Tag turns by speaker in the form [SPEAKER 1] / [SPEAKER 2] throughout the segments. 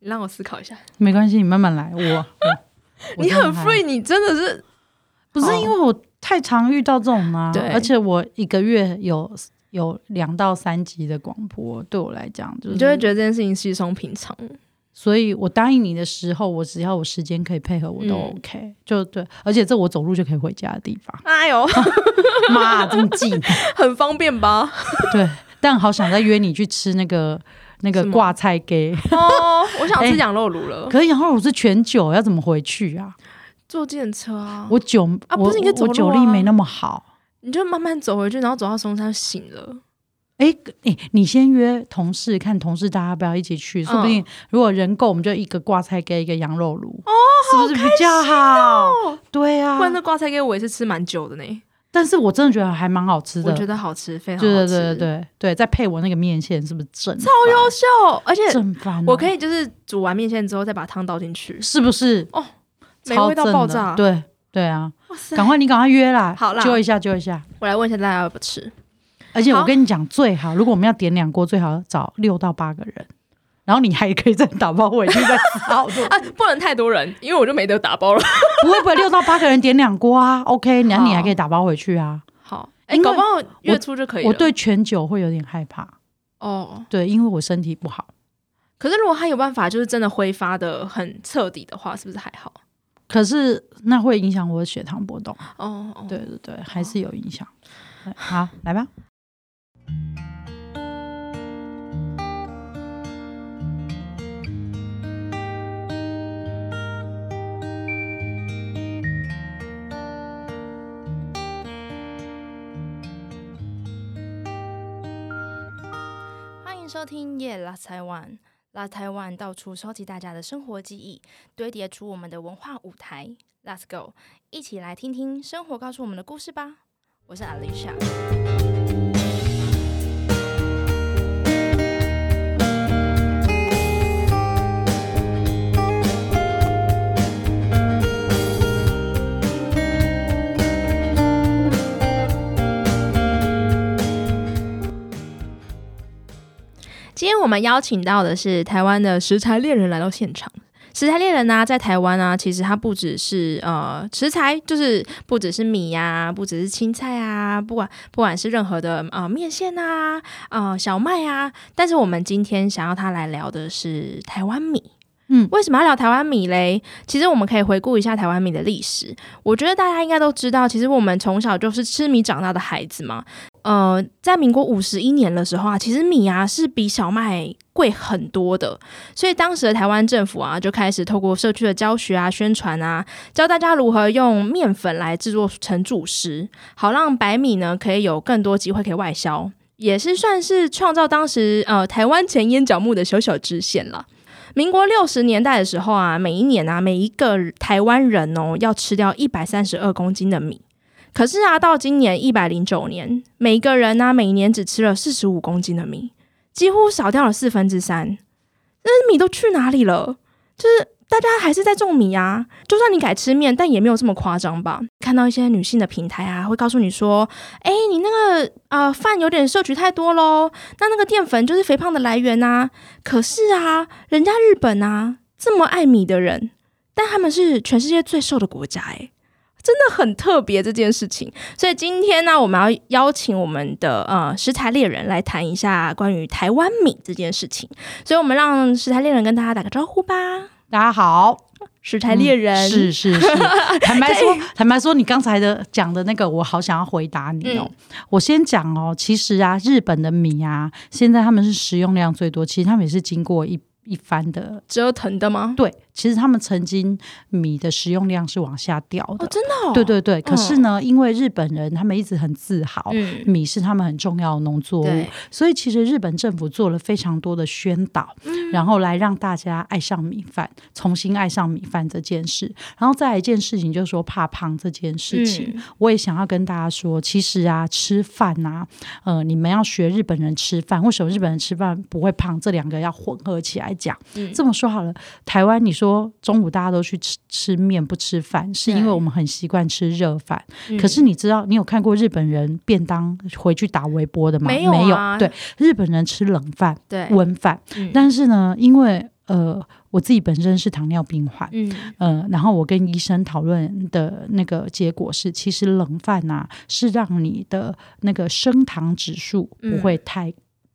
[SPEAKER 1] 让我思考一下。
[SPEAKER 2] 没关系，你慢慢来。我， 我
[SPEAKER 1] 你很
[SPEAKER 2] 我真的还
[SPEAKER 1] free，你真的是
[SPEAKER 2] 不是因为我太常遇到这种啊，
[SPEAKER 1] 对
[SPEAKER 2] 而且我一个月有有两到三集的广播，对我来讲就是，
[SPEAKER 1] 你就会觉得这件事情稀松平常。
[SPEAKER 2] 所以我答应你的时候，我只要我时间可以配合，我都
[SPEAKER 1] 嗯，
[SPEAKER 2] OK，、就对，而且这我走路就可以回家的地方
[SPEAKER 1] 哎呦，
[SPEAKER 2] 妈，这么近，
[SPEAKER 1] 很方便吧？
[SPEAKER 2] 对，但好想再约你去吃那个那个
[SPEAKER 1] 什么
[SPEAKER 2] 挂菜给，
[SPEAKER 1] 哦，我想
[SPEAKER 2] 哎
[SPEAKER 1] 吃羊肉炉了，
[SPEAKER 2] 可是然后我是全酒，要怎么回去啊？
[SPEAKER 1] 坐电车啊，
[SPEAKER 2] 我酒
[SPEAKER 1] 啊
[SPEAKER 2] 我
[SPEAKER 1] 不是你可以走
[SPEAKER 2] 我
[SPEAKER 1] 路啊
[SPEAKER 2] 酒力没那么好。
[SPEAKER 1] 你就慢慢走回去，然后走到松山醒了。
[SPEAKER 2] 哎哎，你先约同事，看同事大家要不要一起去，说不
[SPEAKER 1] 嗯
[SPEAKER 2] 定如果人够，我们就一个挂菜给一个羊肉炉，哦，是不是比较好？
[SPEAKER 1] 哦，
[SPEAKER 2] 对啊
[SPEAKER 1] 不，然那挂菜给我也是吃蛮久的呢，
[SPEAKER 2] 但是我真的觉得还蛮好吃的，
[SPEAKER 1] 我觉得好吃，非常
[SPEAKER 2] 对
[SPEAKER 1] 好
[SPEAKER 2] 对
[SPEAKER 1] 吃，
[SPEAKER 2] 对对对对，再配我那个面线，是不是正超
[SPEAKER 1] 优
[SPEAKER 2] 优
[SPEAKER 1] 秀，哦而且
[SPEAKER 2] 正翻啊？
[SPEAKER 1] 我可以就是煮完面线之后再把汤倒进去，
[SPEAKER 2] 是不是
[SPEAKER 1] 哦？美
[SPEAKER 2] 超
[SPEAKER 1] 味到
[SPEAKER 2] 正
[SPEAKER 1] 爆
[SPEAKER 2] 的
[SPEAKER 1] 炸
[SPEAKER 2] 对对啊，
[SPEAKER 1] 哇塞！
[SPEAKER 2] 赶快你赶快约啦，
[SPEAKER 1] 好啦
[SPEAKER 2] 揪一下揪一下。
[SPEAKER 1] 我来问一下大家要不要吃，
[SPEAKER 2] 而且我
[SPEAKER 1] 好
[SPEAKER 2] 跟你讲，最好如果我们要点两锅，最好找六到八个人，然后你还可以再打包回去再 烧。
[SPEAKER 1] 啊，不能太多人，因为我就没得打包了。
[SPEAKER 2] 不会不会，六到八个人点两锅啊？OK，然后你还
[SPEAKER 1] 好
[SPEAKER 2] 可以打包回去啊。
[SPEAKER 1] 好，哎、
[SPEAKER 2] 因为
[SPEAKER 1] 搞不好月初就可以了。
[SPEAKER 2] 我对全酒会有点害怕，
[SPEAKER 1] 哦，
[SPEAKER 2] 对，因为我身体不好。
[SPEAKER 1] 可是如果他有办法，就是真的挥发的很彻底的话，是不是还好？
[SPEAKER 2] 可是那会影响我的血糖波动，
[SPEAKER 1] 哦，哦
[SPEAKER 2] 对，对对，还是有影响。对好，来吧。
[SPEAKER 3] 欢迎收听《夜拉台湾》，拉台湾到处收集大家的生活记忆，堆叠出我们的文化舞台。Let's go，一起来听听生活告诉我们的故事吧。我是 Alicia。
[SPEAKER 1] 今天我们邀请到的是台湾的食材猎人来到现场。食材猎人呢、在台湾呢、其实它不只是呃食材，就是不只是米呀、不只是青菜啊，不管不管是任何的呃面线啊、呃小麦啊，但是我们今天想要他来聊的是台湾米。
[SPEAKER 2] 嗯
[SPEAKER 1] 为什么要聊台湾米嘞？其实我们可以回顾一下台湾米的历史。我觉得大家应该都知道，其实我们从小就是吃米长大的孩子嘛。呃，在民国五十一年的时候啊，其实米啊是比小麦贵很多的，所以当时的台湾政府啊就开始透过社区的教学啊、宣传啊，教大家如何用面粉来制作成主食，好让白米呢可以有更多机会可以外销，也是算是创造当时呃台湾前烟角木的小小支线了。民国六十年代的时候啊，每一年啊，每一个台湾人哦要吃掉一百三十二公斤的米，可是啊，到今年一百零九年，每个人呢、每年只吃了四十五公斤的米，几乎少掉了四分之三。那米都去哪里了？就是大家还是在种米啊。就算你改吃面，但也没有这么夸张吧？看到一些女性的平台啊，会告诉你说：“哎、你那个呃饭有点摄取太多喽，那那个淀粉就是肥胖的来源呐、可是啊，人家日本啊这么爱米的人，但他们是全世界最瘦的国家哎、真的很特别这件事情。所以今天呢，我们要邀请我们的呃食材猎人来谈一下关于台湾米这件事情。所以我们让食材猎人跟大家打个招呼吧。
[SPEAKER 2] 大家好，
[SPEAKER 1] 食材猎人、
[SPEAKER 2] 嗯是是是，坦白 说，坦白说，你刚才的讲的那个，我好想要回答你哦。我先讲哦，其实啊，日本的米啊，现在他们是食用量最多，其实他们也是经过一一番的。
[SPEAKER 1] 折腾的吗？
[SPEAKER 2] 对，其实他们曾经米的食用量是往下掉的，
[SPEAKER 1] 哦，真的、哦，
[SPEAKER 2] 对，对对。可是呢，因为日本人他们一直很自豪，
[SPEAKER 1] 嗯，
[SPEAKER 2] 米是他们很重要的农作物
[SPEAKER 1] 对，，
[SPEAKER 2] 所以其实日本政府做了非常多的宣导，
[SPEAKER 1] 嗯
[SPEAKER 2] 然后来让大家爱上米饭，重新爱上米饭这件事。然后再来一件事情，就是说怕胖这件事情，
[SPEAKER 1] 嗯
[SPEAKER 2] 我也想要跟大家说，其实啊，吃饭啊，呃，你们要学日本人吃饭，为什么日本人吃饭不会胖？这两个要混合起来讲。
[SPEAKER 1] 嗯
[SPEAKER 2] 这么说好了，台湾你说中午大家都去吃吃面不吃饭，是因为
[SPEAKER 1] 对
[SPEAKER 2] 我们很习惯吃热饭。
[SPEAKER 1] 嗯
[SPEAKER 2] 可是你知道，你有看过日本人便当回去打微波的吗？
[SPEAKER 1] 没有啊
[SPEAKER 2] 对，日本人吃冷饭、
[SPEAKER 1] 对，
[SPEAKER 2] 温饭，
[SPEAKER 1] 嗯
[SPEAKER 2] 但是呢，因为呃，我自己本身是糖尿病患，
[SPEAKER 1] 嗯
[SPEAKER 2] 呃，然后我跟医生讨论的那个结果是，其实冷饭呐、是让你的那个升糖指数不会太、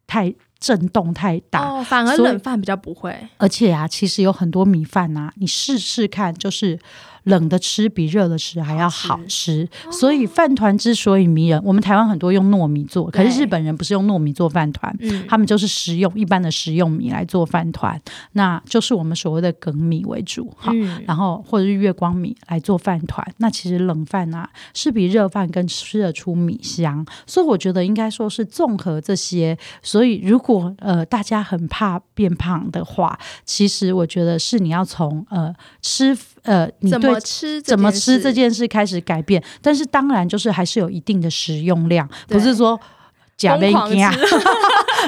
[SPEAKER 2] 太震动太大，
[SPEAKER 1] 哦，反而
[SPEAKER 2] 所以
[SPEAKER 1] 冷饭比较不会，
[SPEAKER 2] 而且啊，其实有很多米饭呐、你试试看，就是冷的吃比热的吃还要好吃。所以饭团之所以迷人，我们台湾很多用糯米做，可是
[SPEAKER 1] 对
[SPEAKER 2] 日本人不是用糯米做饭团。
[SPEAKER 1] 嗯，
[SPEAKER 2] 他们就是食用一般的食用米来做饭团，那就是我们所谓的梗米为主，哈、
[SPEAKER 1] 嗯
[SPEAKER 2] 然后或者是月光米来做饭团。那其实冷饭啊是比热饭更吃得出米香，所以我觉得应该说是综合这些。所以如果呃大家很怕变胖的话，其实我觉得是你要从呃吃呃你
[SPEAKER 1] 怎
[SPEAKER 2] 对
[SPEAKER 1] 么吃这
[SPEAKER 2] 怎么
[SPEAKER 1] 件
[SPEAKER 2] 吃这
[SPEAKER 1] 事
[SPEAKER 2] 件事开始改变，但是当然就是还是有一定的食用量，不
[SPEAKER 1] 对
[SPEAKER 2] 是说。假
[SPEAKER 1] 疯
[SPEAKER 2] 边
[SPEAKER 1] 狂吃
[SPEAKER 2] 加，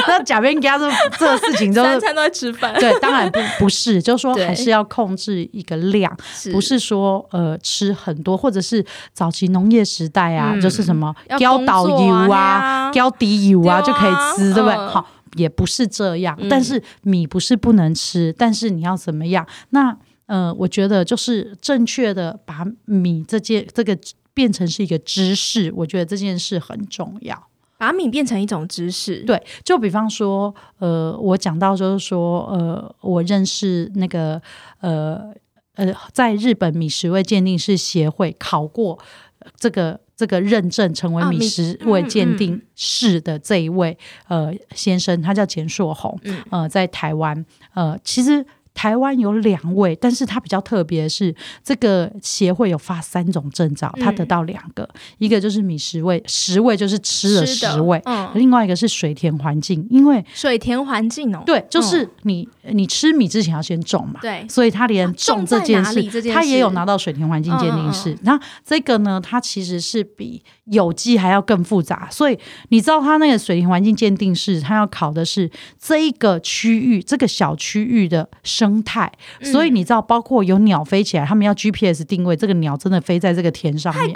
[SPEAKER 2] 那假边加这这个事情就是
[SPEAKER 1] 三餐都在吃 饭，
[SPEAKER 2] 对，当然不不是，就是说还
[SPEAKER 1] 对
[SPEAKER 2] 是要控制一个量，
[SPEAKER 1] 是
[SPEAKER 2] 不是说呃吃很多，或者是早期农业时代啊，
[SPEAKER 1] 嗯
[SPEAKER 2] 就是什么
[SPEAKER 1] 要
[SPEAKER 2] 胶
[SPEAKER 1] 工
[SPEAKER 2] 导
[SPEAKER 1] 作
[SPEAKER 2] 游
[SPEAKER 1] 啊
[SPEAKER 2] 啊、胶底油啊
[SPEAKER 1] 对
[SPEAKER 2] 就
[SPEAKER 1] 啊
[SPEAKER 2] 可以吃，对不对？
[SPEAKER 1] 嗯
[SPEAKER 2] 好，也不是这样，
[SPEAKER 1] 嗯
[SPEAKER 2] 但是米不是不能吃，但是你要怎么样？那呃，我觉得就是正确的把米这件这个变成是一个知识，我觉得这件事很重要。
[SPEAKER 1] 把米变成一种知识，
[SPEAKER 2] 对，就比方说，呃，我讲到就是说，呃，我认识那个，呃，呃，在日本米食味鉴定师协会考过呃这个这个认证成为
[SPEAKER 1] 啊
[SPEAKER 2] 米
[SPEAKER 1] 米
[SPEAKER 2] 食味鉴
[SPEAKER 1] 嗯
[SPEAKER 2] 定师的这一位、呃先生，他叫简硕宏，
[SPEAKER 1] 嗯
[SPEAKER 2] 呃，在台湾，呃，其实。台湾有两位，但是他比较特别的是，这个协会有发三种证照，他得
[SPEAKER 1] 嗯
[SPEAKER 2] 到两个，一个就是米食味，食味就是吃的
[SPEAKER 1] 吃的
[SPEAKER 2] 食味，
[SPEAKER 1] 嗯，
[SPEAKER 2] 另外一个是水田环境，因为
[SPEAKER 1] 水田环境哦，
[SPEAKER 2] 对，就是你、你吃米之前要先种嘛，
[SPEAKER 1] 对
[SPEAKER 2] 所以他连种这件
[SPEAKER 1] 啊种在
[SPEAKER 2] 事，
[SPEAKER 1] 哪里这件事
[SPEAKER 2] 他也有拿到水田环境鉴定
[SPEAKER 1] 嗯
[SPEAKER 2] 师。那这个呢，它其实是比有机还要更复杂，所以你知道他那个水田环境鉴定师，他要考的是这一个区域、这个小区域的生态，
[SPEAKER 1] 嗯
[SPEAKER 2] 所以你知道，包括有鸟飞起来，他们要 GPS 定位这个鸟真的飞在这个田上面，
[SPEAKER 1] 了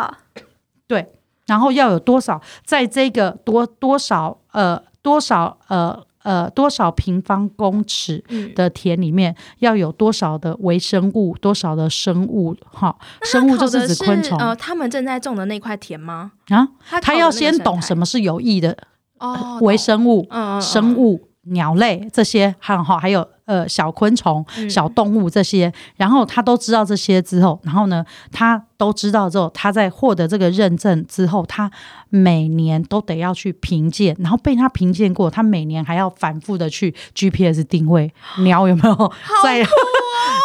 [SPEAKER 1] 吧？
[SPEAKER 2] 对，然后要有多少，在这个多多少呃多少呃呃多少平方公尺
[SPEAKER 1] 嗯，
[SPEAKER 2] 的田里面，要有多少的微生物，多少的生物，哈，生物就
[SPEAKER 1] 考的
[SPEAKER 2] 指昆虫、
[SPEAKER 1] 呃，他们正在种的那块田吗？
[SPEAKER 2] 啊，
[SPEAKER 1] 他
[SPEAKER 2] 他要先懂什
[SPEAKER 1] 么
[SPEAKER 2] 么是有益的
[SPEAKER 1] 哦，
[SPEAKER 2] 微
[SPEAKER 1] 物，
[SPEAKER 2] 生物、
[SPEAKER 1] 嗯，嗯
[SPEAKER 2] 生，物、鸟类这些，还哈还有呃小昆虫，
[SPEAKER 1] 嗯
[SPEAKER 2] 小动物这些，然后他都知道这些之后，然后呢，他都知道之后，他在获得这个认证之后，他每年都得要去评鉴，然后被他评鉴过，他每年还要反复的 去哦 GPS 定位鸟有没有在。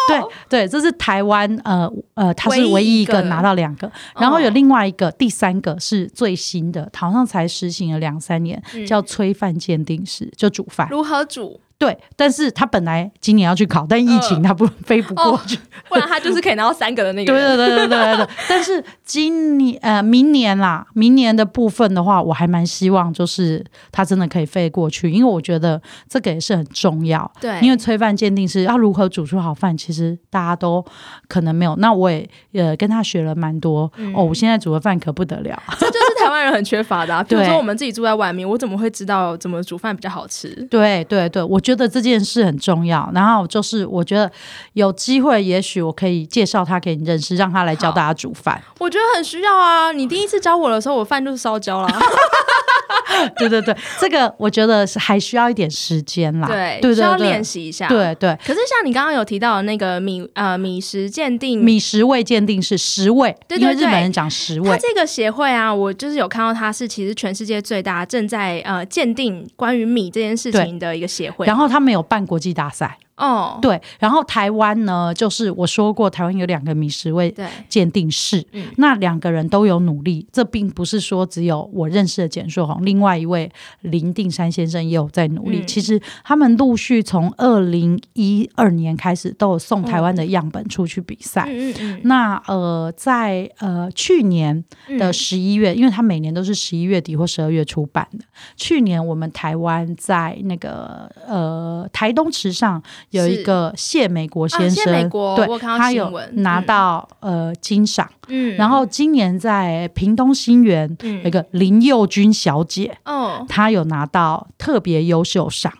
[SPEAKER 2] 对对，这是台湾呃呃，他是唯一一
[SPEAKER 1] 唯
[SPEAKER 2] 个
[SPEAKER 1] 一一个
[SPEAKER 2] 拿到两个，哦然后有另外一个、第三个是最新的，好像才实行了两三年，
[SPEAKER 1] 嗯
[SPEAKER 2] 叫炊饭鉴定师，就煮饭。
[SPEAKER 1] 如何煮？
[SPEAKER 2] 对，但是他本来今年要去考，但疫情
[SPEAKER 1] 嗯
[SPEAKER 2] 他不、飞不过
[SPEAKER 1] 哦
[SPEAKER 2] 去。
[SPEAKER 1] 不然他就是可以拿到三个的那个
[SPEAKER 2] 对
[SPEAKER 1] 人。
[SPEAKER 2] 对对对对对对。但是今年呃，明年啦，明年的部分的话，我还蛮希望就是他真的可以飞过去，因为我觉得这个也是很重要。
[SPEAKER 1] 对
[SPEAKER 2] 因为炊饭鉴定师要啊如何煮出好饭，其实大家都可能没有。那我也呃跟他学了蛮多、
[SPEAKER 1] 嗯
[SPEAKER 2] 哦，我现在煮的饭可不得了。
[SPEAKER 1] 这就是台湾人很缺乏的、 啊。比如
[SPEAKER 2] 对
[SPEAKER 1] 说我们自己住在外面，我怎么会知道怎么煮饭比较好吃？
[SPEAKER 2] 对对对，我觉得这件事很重要。然后就是，我觉得有机会，也许我可以介绍他给你认识，让他来教
[SPEAKER 1] 好
[SPEAKER 2] 大家煮饭。
[SPEAKER 1] 我觉得很需要啊！你第一次教我的时候，我饭就是烧焦 啦。
[SPEAKER 2] 对对对，这个我觉得是还需要一点时间啦。
[SPEAKER 1] 对，
[SPEAKER 2] 对
[SPEAKER 1] 需
[SPEAKER 2] 对
[SPEAKER 1] 要练
[SPEAKER 2] 对，
[SPEAKER 1] 习啊一下。。
[SPEAKER 2] 对对。
[SPEAKER 1] 可是像你刚刚有提到的那个米呃米食鉴定，
[SPEAKER 2] 米食味鉴定是食味，
[SPEAKER 1] 嗯对
[SPEAKER 2] 因为
[SPEAKER 1] 对
[SPEAKER 2] 日本
[SPEAKER 1] 对
[SPEAKER 2] 人讲食
[SPEAKER 1] 它
[SPEAKER 2] 味，
[SPEAKER 1] 这个协会啊，我就是有看到它是其实全世界最大正在呃鉴定关于米这件事情的一个协会。
[SPEAKER 2] 然后他们有办国际大赛。
[SPEAKER 1] 哦，
[SPEAKER 2] 对，然后台湾呢，就是我说过，台湾有两个米食味
[SPEAKER 1] 对
[SPEAKER 2] 鉴定室，
[SPEAKER 1] 嗯
[SPEAKER 2] 那两个人都有努力，这并不是说只有我认识的简硕宏，另外一位林定山先生也有在努力。
[SPEAKER 1] 嗯
[SPEAKER 2] 其实他们陆续从二零一二年开始，都有送台湾的样本出去比赛。
[SPEAKER 1] 嗯嗯
[SPEAKER 2] 那呃，在呃去年
[SPEAKER 1] 嗯
[SPEAKER 2] 的十一月，因为它每年都是十一月底或十二月初办的。去年我们台湾在那个呃台东池上有一
[SPEAKER 1] 是
[SPEAKER 2] 个谢美国
[SPEAKER 1] 啊
[SPEAKER 2] 先
[SPEAKER 1] 谢
[SPEAKER 2] 生，
[SPEAKER 1] 美国我
[SPEAKER 2] 对，
[SPEAKER 1] 有看到
[SPEAKER 2] 他
[SPEAKER 1] 新
[SPEAKER 2] 有
[SPEAKER 1] 闻
[SPEAKER 2] 拿
[SPEAKER 1] 嗯
[SPEAKER 2] 到、呃金赏。
[SPEAKER 1] 嗯
[SPEAKER 2] 然后今年在屏东新园、有一
[SPEAKER 1] 嗯
[SPEAKER 2] 个林幼君小姐，
[SPEAKER 1] 哦
[SPEAKER 2] 她有拿到特别优秀赏。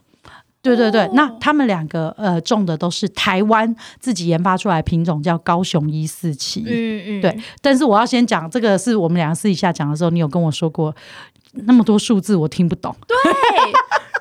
[SPEAKER 2] 对对对，
[SPEAKER 3] 哦
[SPEAKER 2] 那他们两个呃种的都是台湾自己研发出来的品种，叫高雄一四七。
[SPEAKER 3] 嗯嗯，
[SPEAKER 2] 对但是我要先讲，这个是我们两个私底下讲的时候，你有跟我说过，那么多数字我听不懂。
[SPEAKER 1] 对，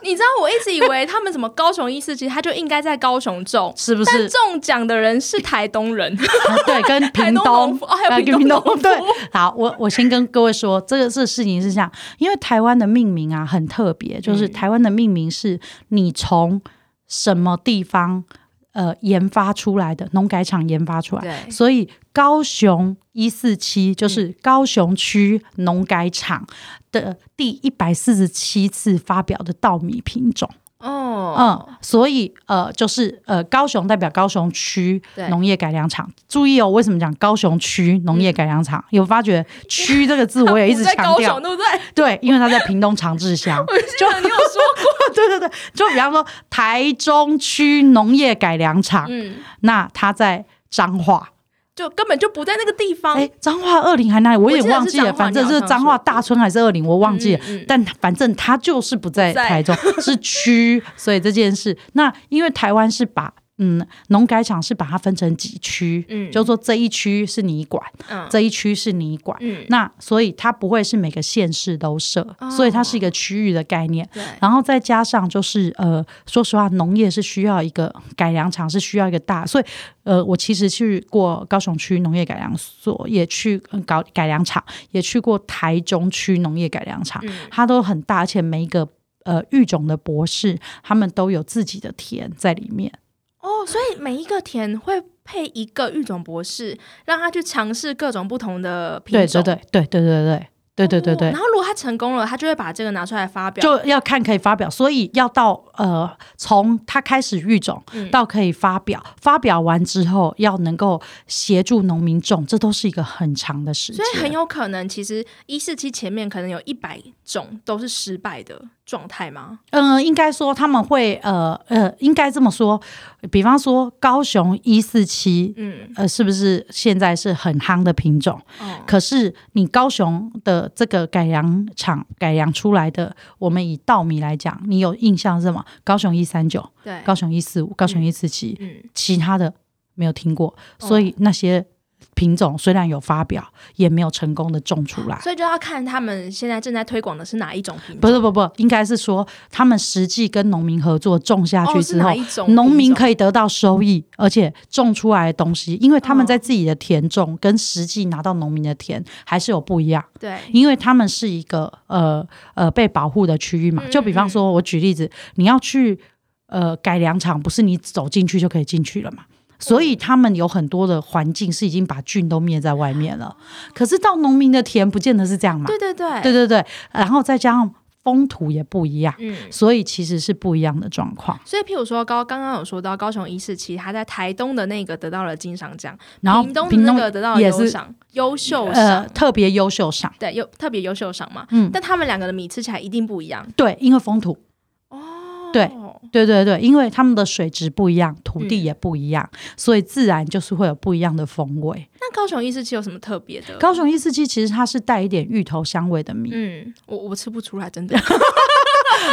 [SPEAKER 1] 你知道我一直以为他们什么高雄一四七，他就应该在高雄种，
[SPEAKER 2] 是不
[SPEAKER 1] 但
[SPEAKER 2] 是？
[SPEAKER 1] 中奖的人是台东 人，
[SPEAKER 2] 啊对， 跟
[SPEAKER 1] 台
[SPEAKER 2] 屏
[SPEAKER 1] 东农
[SPEAKER 2] 东呃
[SPEAKER 1] 夫，哦，还有
[SPEAKER 2] 跟
[SPEAKER 1] 屏
[SPEAKER 2] 屏
[SPEAKER 1] 东农
[SPEAKER 2] 东
[SPEAKER 1] 夫
[SPEAKER 2] 对。好，我我先跟各位说，这个这个事情是这样，因为台湾的命名啊很特别，就是
[SPEAKER 1] 嗯
[SPEAKER 2] 台湾的命名是你从什么地方呃研发出来的，农改场研发出来，
[SPEAKER 1] 对
[SPEAKER 2] 所以高雄一四七
[SPEAKER 1] 嗯
[SPEAKER 2] 就是高雄区农改场的第一百四十七次发表的稻米品种。
[SPEAKER 1] 哦，
[SPEAKER 2] 嗯，所以呃，就是呃，高雄代表高雄区
[SPEAKER 1] 对嗯
[SPEAKER 2] 农业改良场。注意哦，为什么讲高雄区农业改良场？有发觉“区”这个字，我也一直
[SPEAKER 1] 在
[SPEAKER 2] 强
[SPEAKER 1] 高
[SPEAKER 2] 调
[SPEAKER 1] 雄，。对不对？
[SPEAKER 2] 对，因为它在屏东长治乡。
[SPEAKER 1] 我记得你有说，
[SPEAKER 2] 对对对，就比方说台中区农业改良场，
[SPEAKER 1] 嗯，
[SPEAKER 2] 那它在彰化。
[SPEAKER 1] 就根本就不在那个地方。
[SPEAKER 2] 哎，彰化二林还哪里？我
[SPEAKER 1] 我
[SPEAKER 2] 也
[SPEAKER 1] 记得
[SPEAKER 2] 忘
[SPEAKER 1] 是
[SPEAKER 2] 记了，
[SPEAKER 1] 彰化
[SPEAKER 2] 反正
[SPEAKER 1] 你
[SPEAKER 2] 是
[SPEAKER 1] 好像
[SPEAKER 2] 彰化
[SPEAKER 1] 说过
[SPEAKER 2] 大村还是二林，我忘记了。
[SPEAKER 1] 嗯嗯
[SPEAKER 2] 但反正它就是不在
[SPEAKER 1] 在
[SPEAKER 2] 台中，是区，所以这件事。那因为台湾是把嗯农改场是把它分成几区，
[SPEAKER 1] 嗯
[SPEAKER 2] 就说这一区是你管，
[SPEAKER 1] 嗯
[SPEAKER 2] 这一区是你管。
[SPEAKER 1] 嗯，
[SPEAKER 2] 那所以它不会是每个县市都设，
[SPEAKER 1] 哦
[SPEAKER 2] 所以它是一个区域的概念。
[SPEAKER 1] 对，
[SPEAKER 2] 然后再加上就是呃，说实话，农业是需要一个改良场，是需要一个大，所以呃，我其实去过高雄区农业改良所，也去呃搞改良场，也去过台中区农业改良场，
[SPEAKER 1] 嗯
[SPEAKER 2] 它都很大，而且每一个。呃，育种的博士他们都有自己的田在里面，
[SPEAKER 1] 哦，所以每一个田会配一个育种博士，让他去尝试各种不同的品
[SPEAKER 2] 对对
[SPEAKER 1] 种。
[SPEAKER 2] 对对对对对对对对对
[SPEAKER 1] 哦然，后如果他成功了，他就会把这个拿出来发表。
[SPEAKER 2] 就要看可以发表，所以要到呃，从它开始育种
[SPEAKER 1] 嗯
[SPEAKER 2] 到可以发表，发表完之后要能够协助农民种，这都是一个很长的时间
[SPEAKER 1] 所。以很有可能，其实一四七前面可能有一百种都是失败的状态吗？
[SPEAKER 2] 嗯、应该说他们会呃呃，应该这么说，比方说高雄一四七。
[SPEAKER 1] 嗯，
[SPEAKER 2] 呃，是不是现在是很夯的品种？
[SPEAKER 1] 哦，
[SPEAKER 2] 可是你高雄的这个改良场改良出来的，我们以稻米来讲，你有印象是什么？高雄一三九、
[SPEAKER 1] 对，
[SPEAKER 2] 高雄一四五、高雄一四七，
[SPEAKER 1] 嗯，
[SPEAKER 2] 其他的没有听过，
[SPEAKER 1] 哦
[SPEAKER 2] 所以那些品种虽然有发表，也没有成功的种出来。
[SPEAKER 1] 所以就要看他们现在正在推广的是哪一种品种，哦
[SPEAKER 2] 不是不不，应该是说他们实际跟农民合作种下去
[SPEAKER 1] 哦是
[SPEAKER 2] 之后
[SPEAKER 1] 哪，一种
[SPEAKER 2] 农民
[SPEAKER 1] 品种
[SPEAKER 2] 可以得到收益，而且种出来的东西，因为他
[SPEAKER 1] 哦
[SPEAKER 2] 们在自己的田种跟实际拿到农民的田还是有不一样，
[SPEAKER 1] 对，
[SPEAKER 2] 因为他们是一个呃呃被保护的区域嘛
[SPEAKER 1] 嗯。
[SPEAKER 2] 就比
[SPEAKER 1] 嗯
[SPEAKER 2] 方说，我举例子，你要去呃改良场，不是你走进去就可以进去了嘛。所
[SPEAKER 1] 嗯
[SPEAKER 2] 以他们有很多的环境是已经把菌都灭在外面了，可是到农民的田不见得是这样嘛。
[SPEAKER 1] 哦对对对
[SPEAKER 2] 对对对，然后再加上风土也不一样，
[SPEAKER 1] 嗯。
[SPEAKER 2] 所以其实是不一样的状况。
[SPEAKER 1] 所以，譬如说高，刚刚有说到高雄一四七，他在台东的那个得到了金赏奖，
[SPEAKER 2] 然后
[SPEAKER 1] 屏东的那个得到了
[SPEAKER 2] 也
[SPEAKER 1] 优
[SPEAKER 2] 是
[SPEAKER 1] 赏、优秀赏，
[SPEAKER 2] 呃特别优秀上，
[SPEAKER 1] 对，优特别优秀赏嘛。
[SPEAKER 2] 嗯
[SPEAKER 1] 但他们两个的米吃起来一定不一样
[SPEAKER 2] 对，因为风土，
[SPEAKER 1] 哦
[SPEAKER 2] 对对对对，因为他们的水质不一样，土
[SPEAKER 1] 嗯
[SPEAKER 2] 地也不一样，所以自然就是会有不一样的风味。
[SPEAKER 1] 那高雄一四七有什么特别的？
[SPEAKER 2] 高雄一四七其实它是带一点芋头香味的米。
[SPEAKER 1] 呃嗯，我我吃不出来， 真的，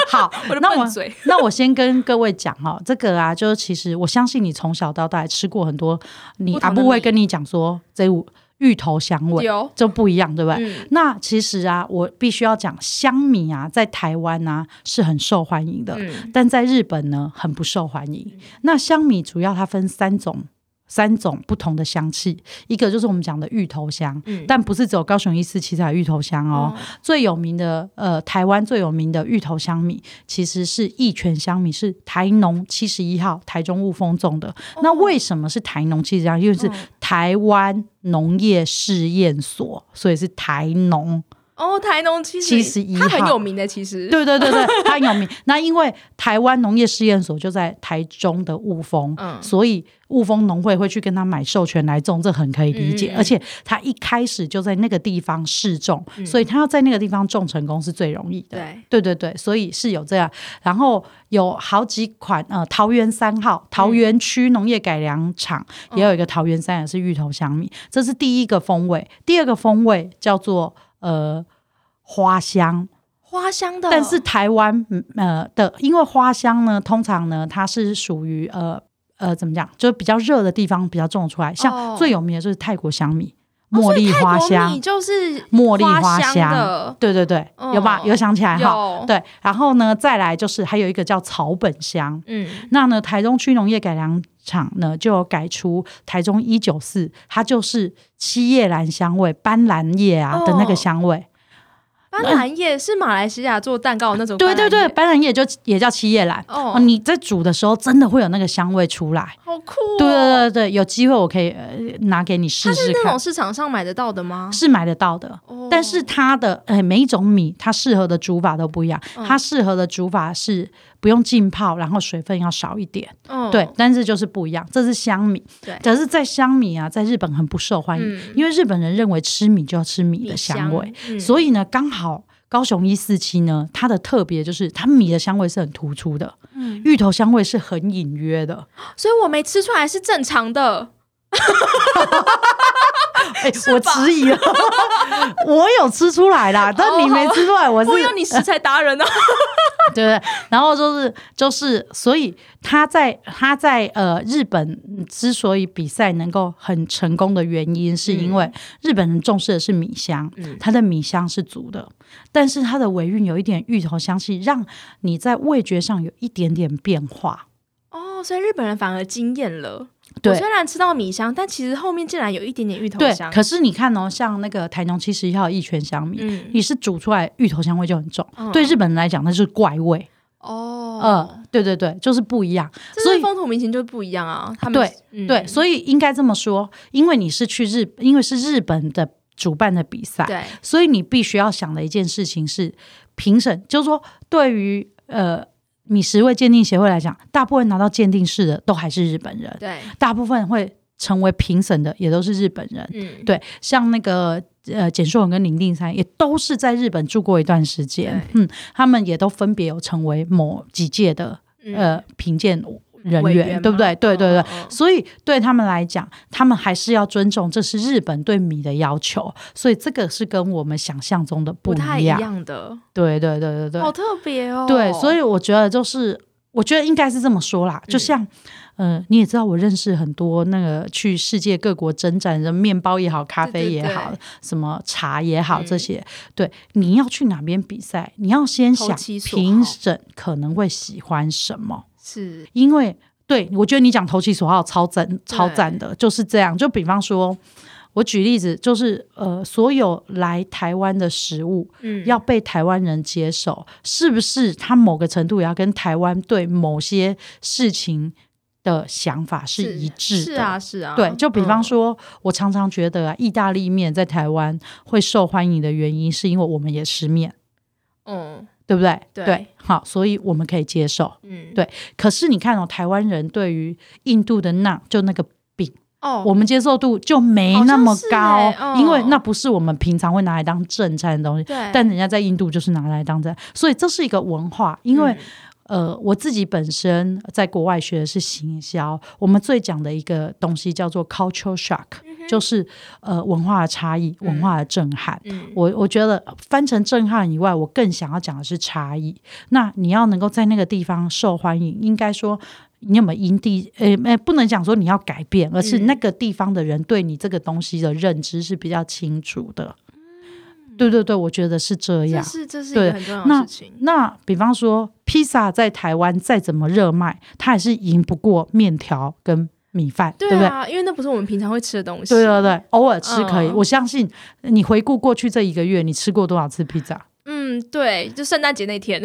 [SPEAKER 2] 好，
[SPEAKER 1] 我的
[SPEAKER 2] 那我
[SPEAKER 1] 笨嘴。
[SPEAKER 2] 那我先跟各位讲哈、哦，这个啊，就是其实我相信你从小到大也吃过很多，你
[SPEAKER 1] 不同的
[SPEAKER 2] 阿布会
[SPEAKER 1] 米
[SPEAKER 2] 跟你讲说这五芋头香味
[SPEAKER 1] 有，
[SPEAKER 2] 就不一样，对不对？
[SPEAKER 1] 嗯，
[SPEAKER 2] 那其实啊，我必须要讲香米啊，在台湾啊是很受欢迎的，
[SPEAKER 1] 嗯
[SPEAKER 2] 但在日本呢很不受欢迎。那香米主要它分三种。三种不同的香气，一个就是我们讲的芋头香，
[SPEAKER 1] 嗯
[SPEAKER 2] 但不是只有高雄一四七才有芋头香哦。最有名的呃，台湾最有名的芋头香米其实是益泉香米，是台农七十一号台中雾峰种的。那为什么是台农七十一号？因为是
[SPEAKER 1] 哦
[SPEAKER 2] 台湾农业试验所，所以是台农。
[SPEAKER 1] 哦，台农其实
[SPEAKER 2] 71
[SPEAKER 1] 它很
[SPEAKER 2] 号
[SPEAKER 1] 有名的，其实
[SPEAKER 2] 对对对 对，它很有名。那因为台湾农业试验所就在台中的雾峰，
[SPEAKER 1] 嗯
[SPEAKER 2] 所以雾峰农会会去跟他买授权来种，这很可以理解。
[SPEAKER 1] 嗯嗯嗯
[SPEAKER 2] 而且他一开始就在那个地方试种，
[SPEAKER 1] 嗯
[SPEAKER 2] 所以他要在那个地方种成功是最容易的。
[SPEAKER 1] 对，
[SPEAKER 2] 对对对，所以是有这样，然后有好几款呃，桃园三号
[SPEAKER 1] 嗯
[SPEAKER 2] 桃园区农业改良场、也有一个桃园三也是芋头香米，这是第一个风味，第二个风味叫做呃花香。
[SPEAKER 1] 花香的哦，
[SPEAKER 2] 但是台湾嗯呃的，因为花香呢，通常呢它是属于呃呃怎么讲，就是比较热的地方比较种出来，
[SPEAKER 1] 哦
[SPEAKER 2] 像最有名的就是泰国香米、
[SPEAKER 1] 哦
[SPEAKER 2] 茉
[SPEAKER 1] 所以
[SPEAKER 2] 莉
[SPEAKER 1] 泰
[SPEAKER 2] 花
[SPEAKER 1] 国
[SPEAKER 2] 香
[SPEAKER 1] 米，就是
[SPEAKER 2] 茉莉花
[SPEAKER 1] 香
[SPEAKER 2] 香
[SPEAKER 1] 的，
[SPEAKER 2] 对对对，有吧？
[SPEAKER 1] 嗯
[SPEAKER 2] 有想起来哈？
[SPEAKER 1] 有，
[SPEAKER 2] 对，然后呢，再来就是还有一个叫草本香。
[SPEAKER 1] 嗯，
[SPEAKER 2] 那呢，台中区农业改良场呢，就有改出台中一九四，它就是七叶兰香味、斑斓叶啊的那
[SPEAKER 1] 哦
[SPEAKER 2] 个香味。
[SPEAKER 1] 斑斓叶是马来西亚做蛋糕的那种，
[SPEAKER 2] 对对对，，斑斓叶就也叫七叶兰。
[SPEAKER 1] 哦
[SPEAKER 2] 哦，，你在煮的时候真的会有那个香味出来。
[SPEAKER 1] 好酷哦，
[SPEAKER 2] 对对对对，有机会我可以、呃、拿给你试
[SPEAKER 1] 它是
[SPEAKER 2] 试
[SPEAKER 1] 那
[SPEAKER 2] 看
[SPEAKER 1] 种，市场上买得到的吗？
[SPEAKER 2] 是买得到的。
[SPEAKER 1] 哦
[SPEAKER 2] 但是它的呃每一种米，它适合的煮法都不一样。
[SPEAKER 1] 嗯
[SPEAKER 2] 它适合的煮法是不用浸泡，然后水分要少一点。
[SPEAKER 1] 嗯
[SPEAKER 2] 对，但是就是不一样。这是香米，
[SPEAKER 1] 对
[SPEAKER 2] 可是，在香米啊，在日本很不受欢迎，
[SPEAKER 1] 嗯
[SPEAKER 2] 因为日本人认为吃米就要吃米
[SPEAKER 1] 米
[SPEAKER 2] 的香味，，
[SPEAKER 1] 嗯
[SPEAKER 2] 所以呢，刚好。高雄一四七呢，它的特别就是它米的香味是很突出的，
[SPEAKER 1] 嗯
[SPEAKER 2] 芋头香味是很隐约的。
[SPEAKER 1] 所以我没吃出来是正常的。
[SPEAKER 2] 哎、我
[SPEAKER 1] 吧
[SPEAKER 2] 迟疑了， 我有吃出来啦，但
[SPEAKER 1] 哦
[SPEAKER 2] 你没
[SPEAKER 1] 好
[SPEAKER 2] 吃出来，我是
[SPEAKER 1] 不用你食材达人哦，
[SPEAKER 2] 对不对？然后就是就是，所以他在他在呃日本之所以比赛能够很成功的原因，是因为日本人重视的是米香，
[SPEAKER 1] 嗯
[SPEAKER 2] 它的米香是足的，但是它的尾韵有一点芋头香气，让你在味觉上有一点点变化。
[SPEAKER 1] 哦，所以日本人反而惊艳了。
[SPEAKER 2] 对
[SPEAKER 1] 我虽然吃到米香，但其实后面竟然有一点点芋头
[SPEAKER 2] 对
[SPEAKER 1] 香，。
[SPEAKER 2] 可是你看哦，像那个台农七十一号一泉香米。
[SPEAKER 1] 嗯，
[SPEAKER 2] 你是煮出来芋头香味就很重，
[SPEAKER 1] 嗯
[SPEAKER 2] 对日本人来讲那就是怪味，
[SPEAKER 1] 哦，
[SPEAKER 2] 呃，对对对，就是不一样。
[SPEAKER 1] 这
[SPEAKER 2] 所
[SPEAKER 1] 是
[SPEAKER 2] 以
[SPEAKER 1] 风土民情就不一样啊。他们
[SPEAKER 2] 对对，所以应该这么说，因为你是去日，因为是日本的主办的比
[SPEAKER 1] 以
[SPEAKER 2] 赛，
[SPEAKER 1] 对，
[SPEAKER 2] 所以你必须要想的一件事情是，评审就是说，对于呃米食味鉴定协会来讲，大部分拿到鉴定式的都还是日本人，
[SPEAKER 1] 对，
[SPEAKER 2] 大部分会成为评审的也都是日本人。
[SPEAKER 1] 嗯，
[SPEAKER 2] 对，像那个呃简硕文跟林定山也都是在日本住过一段时间，嗯，他们也都分别有成为某几届的
[SPEAKER 1] 嗯
[SPEAKER 2] 呃评鉴人
[SPEAKER 1] 委
[SPEAKER 2] 员，对
[SPEAKER 1] 吗
[SPEAKER 2] 不对？对对对
[SPEAKER 1] 哦，哦
[SPEAKER 2] 所以对他们来讲，他们还是要尊重，这是日本对米的要求，所以这个是跟我们想象中的
[SPEAKER 1] 不
[SPEAKER 2] 不
[SPEAKER 1] 太一
[SPEAKER 2] 一样。
[SPEAKER 1] 样的，
[SPEAKER 2] 对对对对对，
[SPEAKER 1] 好特别哦。
[SPEAKER 2] 对，所以我觉得就是，我觉得应该是这么说啦。
[SPEAKER 1] 嗯
[SPEAKER 2] 就像，呃，你也知道，我认识很多那个去世界各国征战的面包也好，咖啡也好，
[SPEAKER 1] 对对
[SPEAKER 2] 什么茶也好，
[SPEAKER 1] 嗯
[SPEAKER 2] 这些，对，你要去哪边比赛，你要先
[SPEAKER 1] 投
[SPEAKER 2] 想
[SPEAKER 1] 其所好
[SPEAKER 2] 评审可能会喜欢什么。
[SPEAKER 1] 是
[SPEAKER 2] 因为对我觉得你讲投其所好超赞超赞的，就是这样。就比方说，我举例子，就是呃，所有来台湾的食物
[SPEAKER 1] 嗯
[SPEAKER 2] 要被台湾人接受，是不是它某个程度也要跟台湾对某些事情的想法是一致的？
[SPEAKER 1] 是啊，是啊。
[SPEAKER 2] 对，就比方
[SPEAKER 1] 嗯，
[SPEAKER 2] 说，我常常觉得啊，意大利面在台湾会受欢迎的原因，是因为我们也吃面，
[SPEAKER 1] 嗯
[SPEAKER 2] 对不对？
[SPEAKER 1] 对
[SPEAKER 2] 好，所以我们可以接受。
[SPEAKER 1] 嗯，
[SPEAKER 2] 对可是你看哦，台湾人对于印度的那就那个，
[SPEAKER 1] 哦，
[SPEAKER 2] 我们接受度就没那么
[SPEAKER 1] 好
[SPEAKER 2] 高，
[SPEAKER 1] 像
[SPEAKER 2] 哦
[SPEAKER 1] 是欸嗯
[SPEAKER 2] 因为那不是我们平常会拿来当正餐的东西。
[SPEAKER 1] 对，
[SPEAKER 2] 但人家在印度就是拿来当正餐，所以这是一个文化。因
[SPEAKER 1] 嗯
[SPEAKER 2] 为、呃，我自己本身在国外学的是行销，我们最讲的一个东西叫做 culture shock，、就是
[SPEAKER 1] 嗯
[SPEAKER 2] 呃文化的差异、文化的震撼。
[SPEAKER 1] 嗯
[SPEAKER 2] 我我觉得翻成震撼以外，我更想要讲的是差异。那你要能够在那个地方受欢迎，应该说你有没有因地呃呃，不能讲说你要改变，而是
[SPEAKER 1] 嗯
[SPEAKER 2] 那个地方的人对你这个东西的认知是比较清楚的。对对对，我觉得是这
[SPEAKER 1] 这
[SPEAKER 2] 样。
[SPEAKER 1] 是这是一个
[SPEAKER 2] 啊对
[SPEAKER 1] 很重要
[SPEAKER 2] 那
[SPEAKER 1] 的事情。
[SPEAKER 2] 那比方说，披萨在台湾再怎么热卖，它也是赢不过面条跟米饭，对不对？
[SPEAKER 1] 啊，因为那不是我们平常会吃的东西。
[SPEAKER 2] 对对对，偶尔吃可以。
[SPEAKER 1] 嗯
[SPEAKER 2] 我相信你回顾过去这一个月，你吃过多少次披萨？
[SPEAKER 1] 嗯，对，就圣诞节那天。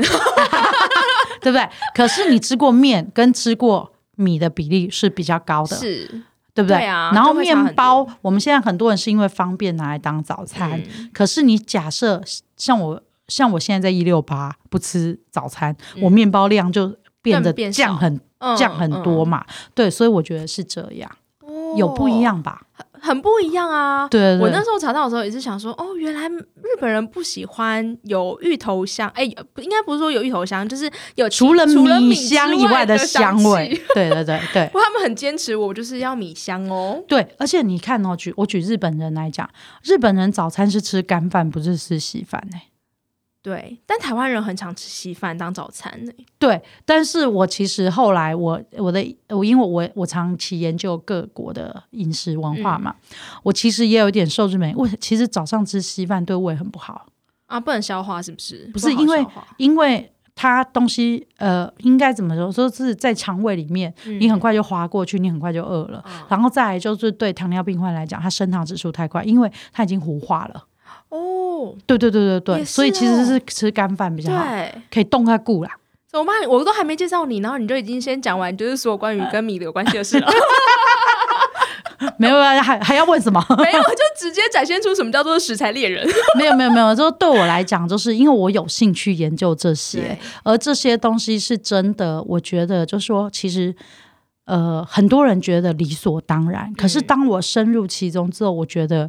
[SPEAKER 2] 对不对？可是你吃过面跟吃过米的比例是比较高 的，
[SPEAKER 1] 是，
[SPEAKER 2] 对不对？
[SPEAKER 1] 对啊
[SPEAKER 2] 然后
[SPEAKER 1] 就会差很多
[SPEAKER 2] 面包，我们现在很多人是因为方便拿来当早餐，
[SPEAKER 1] 嗯
[SPEAKER 2] 可是你假设像我，像我现在在一六八不吃早餐，
[SPEAKER 1] 嗯
[SPEAKER 2] 我面包量就变得
[SPEAKER 1] 更变少
[SPEAKER 2] 降很
[SPEAKER 1] 嗯
[SPEAKER 2] 降很多嘛？对，所以我觉得是这样，
[SPEAKER 1] 嗯
[SPEAKER 2] 有不一样吧？
[SPEAKER 1] 哦很不一样啊。
[SPEAKER 2] 对对对
[SPEAKER 1] 我那时候查到的时候也是想说，哦，原来日本人不喜欢有芋头香，哎、不应该不是说有芋头香，就是有其
[SPEAKER 2] 除了
[SPEAKER 1] 除了
[SPEAKER 2] 米
[SPEAKER 1] 米
[SPEAKER 2] 香
[SPEAKER 1] 之
[SPEAKER 2] 以
[SPEAKER 1] 外
[SPEAKER 2] 外
[SPEAKER 1] 的
[SPEAKER 2] 香
[SPEAKER 1] 香
[SPEAKER 2] 味
[SPEAKER 1] 气，
[SPEAKER 2] 对对对对
[SPEAKER 1] 不。过他们很坚持，我就是要米香哦。
[SPEAKER 2] 对，而且你看哦，欸举我举日本人来讲，日本人早餐是吃干饭，不是吃稀饭呢、
[SPEAKER 1] 对，但台湾人很常吃稀饭当早餐欸呢、
[SPEAKER 2] 对，但是我其实后来我我的我因为我我长期研究各国的饮食文化嘛，我其实也有一点受之美。我其实早上吃稀饭对胃很不好，
[SPEAKER 1] 啊，不能消化是不是？
[SPEAKER 2] 不
[SPEAKER 1] 不
[SPEAKER 2] 是
[SPEAKER 1] 好
[SPEAKER 2] 因为
[SPEAKER 1] 消化
[SPEAKER 2] 因为它东西呃应该怎么说，说是在肠胃里面，
[SPEAKER 1] 嗯
[SPEAKER 2] 你很快就滑过去，你很快就饿了。然后再来就是对糖尿病患来讲，它升糖指数太快，因为它已经糊化了。
[SPEAKER 1] 哦，
[SPEAKER 2] 对对对对对，
[SPEAKER 1] 也是
[SPEAKER 2] 所以其实
[SPEAKER 1] 哦
[SPEAKER 2] 是吃干饭比较好，
[SPEAKER 1] 对，
[SPEAKER 2] 可以动它固啦。
[SPEAKER 1] 怎么办？我都还没介绍你，然后你就已经先讲完，就是所有关于跟米的有关系的事了。
[SPEAKER 2] 没有啊，还还要问什么？
[SPEAKER 1] 没有，就直接展现出什么叫做食材猎人。
[SPEAKER 2] 没有没有没有，就对我来讲，就是因为我有兴趣研究这些，而这些东西是真的，我觉得就说其实。呃，很多人觉得理所当然，可是
[SPEAKER 1] 嗯
[SPEAKER 2] 当我深入其中之后，我觉得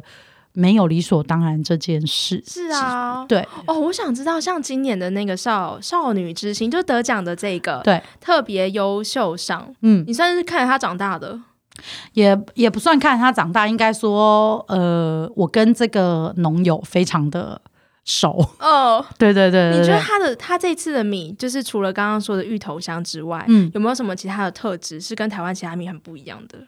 [SPEAKER 2] 没有理所当然这件事。
[SPEAKER 1] 是啊，
[SPEAKER 2] 对
[SPEAKER 1] 哦，我想知道，像今年的那个少少女之星，就得奖的这个
[SPEAKER 2] 对，
[SPEAKER 1] 特别优秀赏，
[SPEAKER 2] 嗯，
[SPEAKER 1] 你算是看着她长大的，
[SPEAKER 2] 也也不算看他长大，应该说，呃，我跟这个农友非常的熟。
[SPEAKER 1] 哦，
[SPEAKER 2] 对对对 对
[SPEAKER 1] 你觉得
[SPEAKER 2] 对，
[SPEAKER 1] 她的她这次的米，就是除了刚刚说的芋头香之外，
[SPEAKER 2] 嗯，
[SPEAKER 1] 有没有什么其他的特质是跟台湾其他米很不一样的？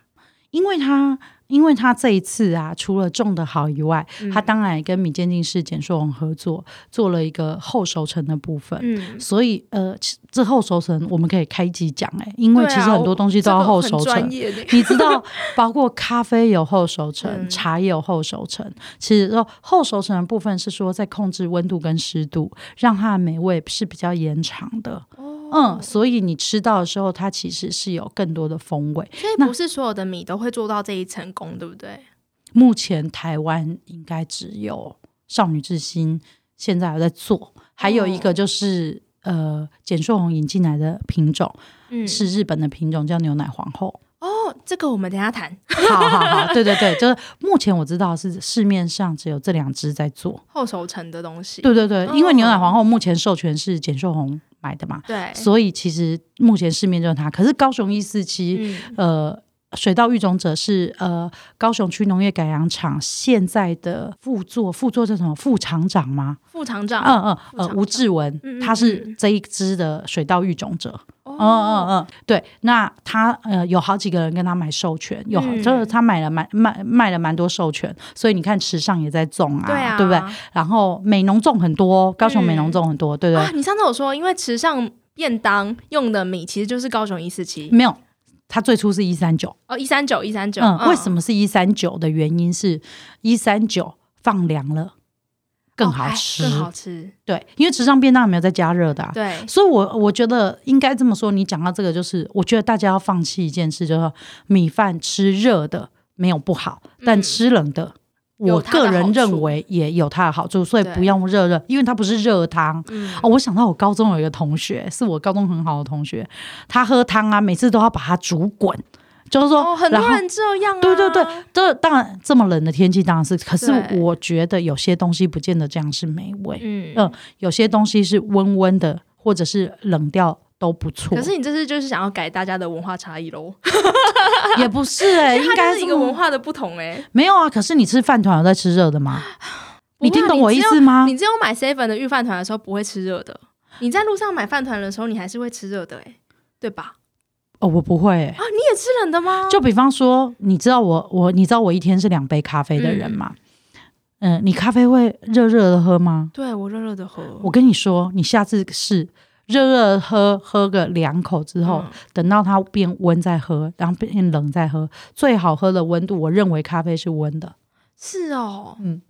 [SPEAKER 2] 因为他因为他这一次啊，除了种的好以外，
[SPEAKER 1] 嗯
[SPEAKER 2] 他当然也跟米鉴定师简硕荣合作，做了一个后熟成的部分。
[SPEAKER 1] 嗯，
[SPEAKER 2] 所以，呃，其这后熟成我们可以开集讲哎、因为
[SPEAKER 1] 对
[SPEAKER 2] 其
[SPEAKER 1] 啊
[SPEAKER 2] 实很多东西都要后熟
[SPEAKER 1] 这个很
[SPEAKER 2] 成
[SPEAKER 1] 专，业的，
[SPEAKER 2] 你 知道，包括咖啡有后熟成，
[SPEAKER 1] 嗯
[SPEAKER 2] 茶也有后熟成。其实说后熟成的部分是说在控制温度跟湿度，让它的美味是比较延长的。
[SPEAKER 1] 哦
[SPEAKER 2] 嗯，所以你吃到的时候，它其实是有更多的风味。
[SPEAKER 1] 所以不是所有的米都会做到这一成功，对不对？
[SPEAKER 2] 目前台湾应该只有少女之心现在有在做，还有一个就是、呃简硕红引进来的品种
[SPEAKER 1] 嗯，
[SPEAKER 2] 是日本的品种，叫牛奶皇后。
[SPEAKER 1] 哦，这个我们等一下谈
[SPEAKER 2] 好好好，对对对，就是目前我知道是市面上只有这两只在做。
[SPEAKER 1] 后熟成的东西。
[SPEAKER 2] 对对对，
[SPEAKER 1] 哦
[SPEAKER 2] 因为牛奶皇后目前授权是简秀红买的嘛，
[SPEAKER 1] 对，
[SPEAKER 2] 所以其实目前市面就是它。可是高雄一四七，
[SPEAKER 1] 嗯
[SPEAKER 2] 呃，水稻育种者是呃高雄区农业改良场现在的副座，副座是什么？副厂长吗？
[SPEAKER 1] 副厂长，
[SPEAKER 2] 嗯嗯
[SPEAKER 1] 啊副
[SPEAKER 2] 呃
[SPEAKER 1] 厂，长
[SPEAKER 2] 吴志文
[SPEAKER 1] 嗯嗯，
[SPEAKER 2] 他是
[SPEAKER 1] 嗯
[SPEAKER 2] 这一支的水稻育种者。
[SPEAKER 1] 哦
[SPEAKER 2] 嗯嗯嗯，对，那他呃有好几个人跟他买授权，有好
[SPEAKER 1] 嗯
[SPEAKER 2] 就是他买了蛮卖卖了蛮多授权，所以你看池上也在种啊，
[SPEAKER 1] 对啊，
[SPEAKER 2] 不对？然后美农种很多，高雄美农
[SPEAKER 1] 嗯
[SPEAKER 2] 种很多，对不对
[SPEAKER 1] 啊，？你上次有说，因为池上便当用的米其实就是高雄一四七
[SPEAKER 2] 没有，它最初是一三九，
[SPEAKER 1] 哦，一三九一三九。
[SPEAKER 2] 嗯，为什么是一三九的原因是，一三九放凉了更好吃，
[SPEAKER 1] 哦哎更好吃，
[SPEAKER 2] 对，因为池上便当也没有再加热的、啊。
[SPEAKER 1] 对，
[SPEAKER 2] 所以我，我觉得应该这么说。你讲到这个，就是我觉得大家要放弃一件事，就是说米饭吃热的没有不好，但
[SPEAKER 1] 嗯
[SPEAKER 2] 吃冷的，
[SPEAKER 1] 有
[SPEAKER 2] 我
[SPEAKER 1] 它的
[SPEAKER 2] 个人
[SPEAKER 1] 好处
[SPEAKER 2] 认为也有它的好处，所以
[SPEAKER 1] 对
[SPEAKER 2] 不用热热，因为它不是热汤。
[SPEAKER 1] 嗯，
[SPEAKER 2] 哦，我想到我高中有一个同学，是我高中很好的同学，他喝汤啊，每次都要把它煮滚，就是说，
[SPEAKER 1] 哦，很
[SPEAKER 2] 然
[SPEAKER 1] 多
[SPEAKER 2] 后
[SPEAKER 1] 人这样啊，
[SPEAKER 2] 对对对，这当然这么冷的天气当然是，可是
[SPEAKER 1] 对
[SPEAKER 2] 我觉得有些东西不见得这样是美味，
[SPEAKER 1] 嗯
[SPEAKER 2] 嗯有些东西是温温的，或者是冷掉都不错。
[SPEAKER 1] 可是你这次就是想要改大家的文化差异喽，
[SPEAKER 2] 也不是哎、应
[SPEAKER 1] 它
[SPEAKER 2] 该
[SPEAKER 1] 啊就是一
[SPEAKER 2] 这
[SPEAKER 1] 个
[SPEAKER 2] 么
[SPEAKER 1] 文化的不同哎。
[SPEAKER 2] 没有啊。可是你吃饭团有在吃热的 吗？
[SPEAKER 1] 不会
[SPEAKER 2] 你
[SPEAKER 1] 啊
[SPEAKER 2] 听懂我
[SPEAKER 1] 你
[SPEAKER 2] 意
[SPEAKER 1] 只有
[SPEAKER 2] 思吗？
[SPEAKER 1] 你只有买 seven 的预饭团的时候不会吃热的，你在路上买饭团的时候你还是会吃热的哎，对吧？
[SPEAKER 2] 哦，我不会、欸。
[SPEAKER 1] 啊，你也吃冷的吗？
[SPEAKER 2] 就比方说，你知道我我你知道我一天是两杯咖啡的人吗？嗯、你咖啡会热热的喝吗？
[SPEAKER 1] 对我热热的喝，
[SPEAKER 2] 我跟你说，你下次试热热地喝喝个两口之后，
[SPEAKER 1] 嗯
[SPEAKER 2] 等到它变温再喝，然后变冷再喝。最好喝的温度，我认为咖啡是温的，
[SPEAKER 1] 是哦，
[SPEAKER 2] 嗯
[SPEAKER 1] 嗯，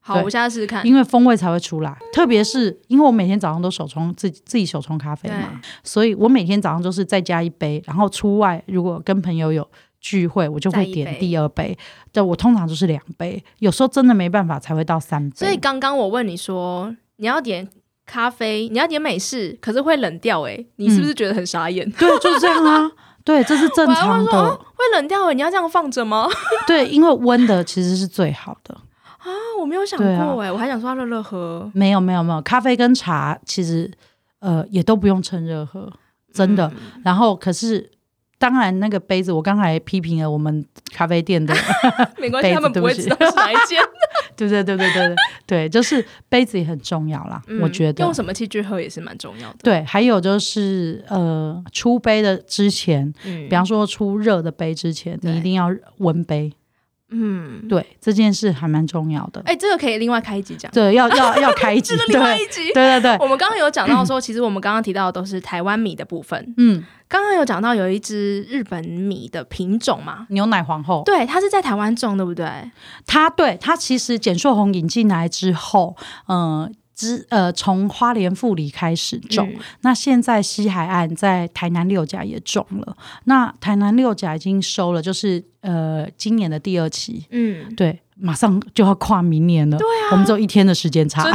[SPEAKER 1] 好，
[SPEAKER 2] 对
[SPEAKER 1] 我下次试试看。
[SPEAKER 2] 因为风味才会出来。特别是因为我每天早上都手冲自己自己手冲咖啡
[SPEAKER 1] 对，
[SPEAKER 2] 嘛，所以我每天早上就是再加一杯，然后出外如果跟朋友有。聚会我就
[SPEAKER 1] 再
[SPEAKER 2] 会
[SPEAKER 1] 一
[SPEAKER 2] 点
[SPEAKER 1] 杯
[SPEAKER 2] 第二杯，对我通常就是两杯，有时候真的没办法才会到三杯。
[SPEAKER 1] 所以刚刚我问你说你要点咖啡，你要点美式，可是会冷掉哎、你是不是觉得很傻眼？
[SPEAKER 2] 对，就是这样啊，对，这是正
[SPEAKER 1] 我还
[SPEAKER 2] 常
[SPEAKER 1] 问
[SPEAKER 2] 的。
[SPEAKER 1] 说、啊、会冷掉哎、你要这样放着吗？
[SPEAKER 2] 对，因为温的其实是最好的。
[SPEAKER 1] 啊， 我没有想过
[SPEAKER 2] 对啊
[SPEAKER 1] 哎、我还想说要热热喝，
[SPEAKER 2] 没有没有没有，咖啡跟茶其实呃也都不用趁热
[SPEAKER 1] 嗯
[SPEAKER 2] 喝，真的。然后可是当然那个杯子，我刚才批评了我们咖啡 店的
[SPEAKER 1] 没关系，他们不会知道是哪一 间。
[SPEAKER 2] 对对对对对对对，就是杯子也很重要啦，我觉
[SPEAKER 1] 嗯
[SPEAKER 2] 得
[SPEAKER 1] 用什么器具喝也是蛮重要的。
[SPEAKER 2] 对，还有就是呃，出杯的之前，
[SPEAKER 1] 嗯
[SPEAKER 2] 比方说出热的杯之前，
[SPEAKER 1] 对
[SPEAKER 2] 你一定要温杯，
[SPEAKER 1] 嗯，
[SPEAKER 2] 对这件事还蛮重要的。
[SPEAKER 1] 哎、这个可以另外开一集讲，
[SPEAKER 2] 对，要要要开一 集
[SPEAKER 1] 这是，另外
[SPEAKER 2] 对
[SPEAKER 1] 一集。
[SPEAKER 2] 对对对，
[SPEAKER 1] 我们刚刚有讲到说，其实我们刚刚提到的都是台湾米的部分。
[SPEAKER 2] 嗯，
[SPEAKER 1] 刚刚有讲到有一只日本米的品种嘛？
[SPEAKER 2] 牛奶皇后，
[SPEAKER 1] 对，它是在台湾种，对不对？
[SPEAKER 2] 它对它其实简硕红引进来之后，呃。之呃，从花莲富里开始种，
[SPEAKER 1] 嗯
[SPEAKER 2] 那现在西海岸在台南六甲也种了。那台南六甲已经收了，就是呃今年的第二期，
[SPEAKER 1] 嗯，
[SPEAKER 2] 对，马上就要跨明年了。对啊，我们只有一天的时间差。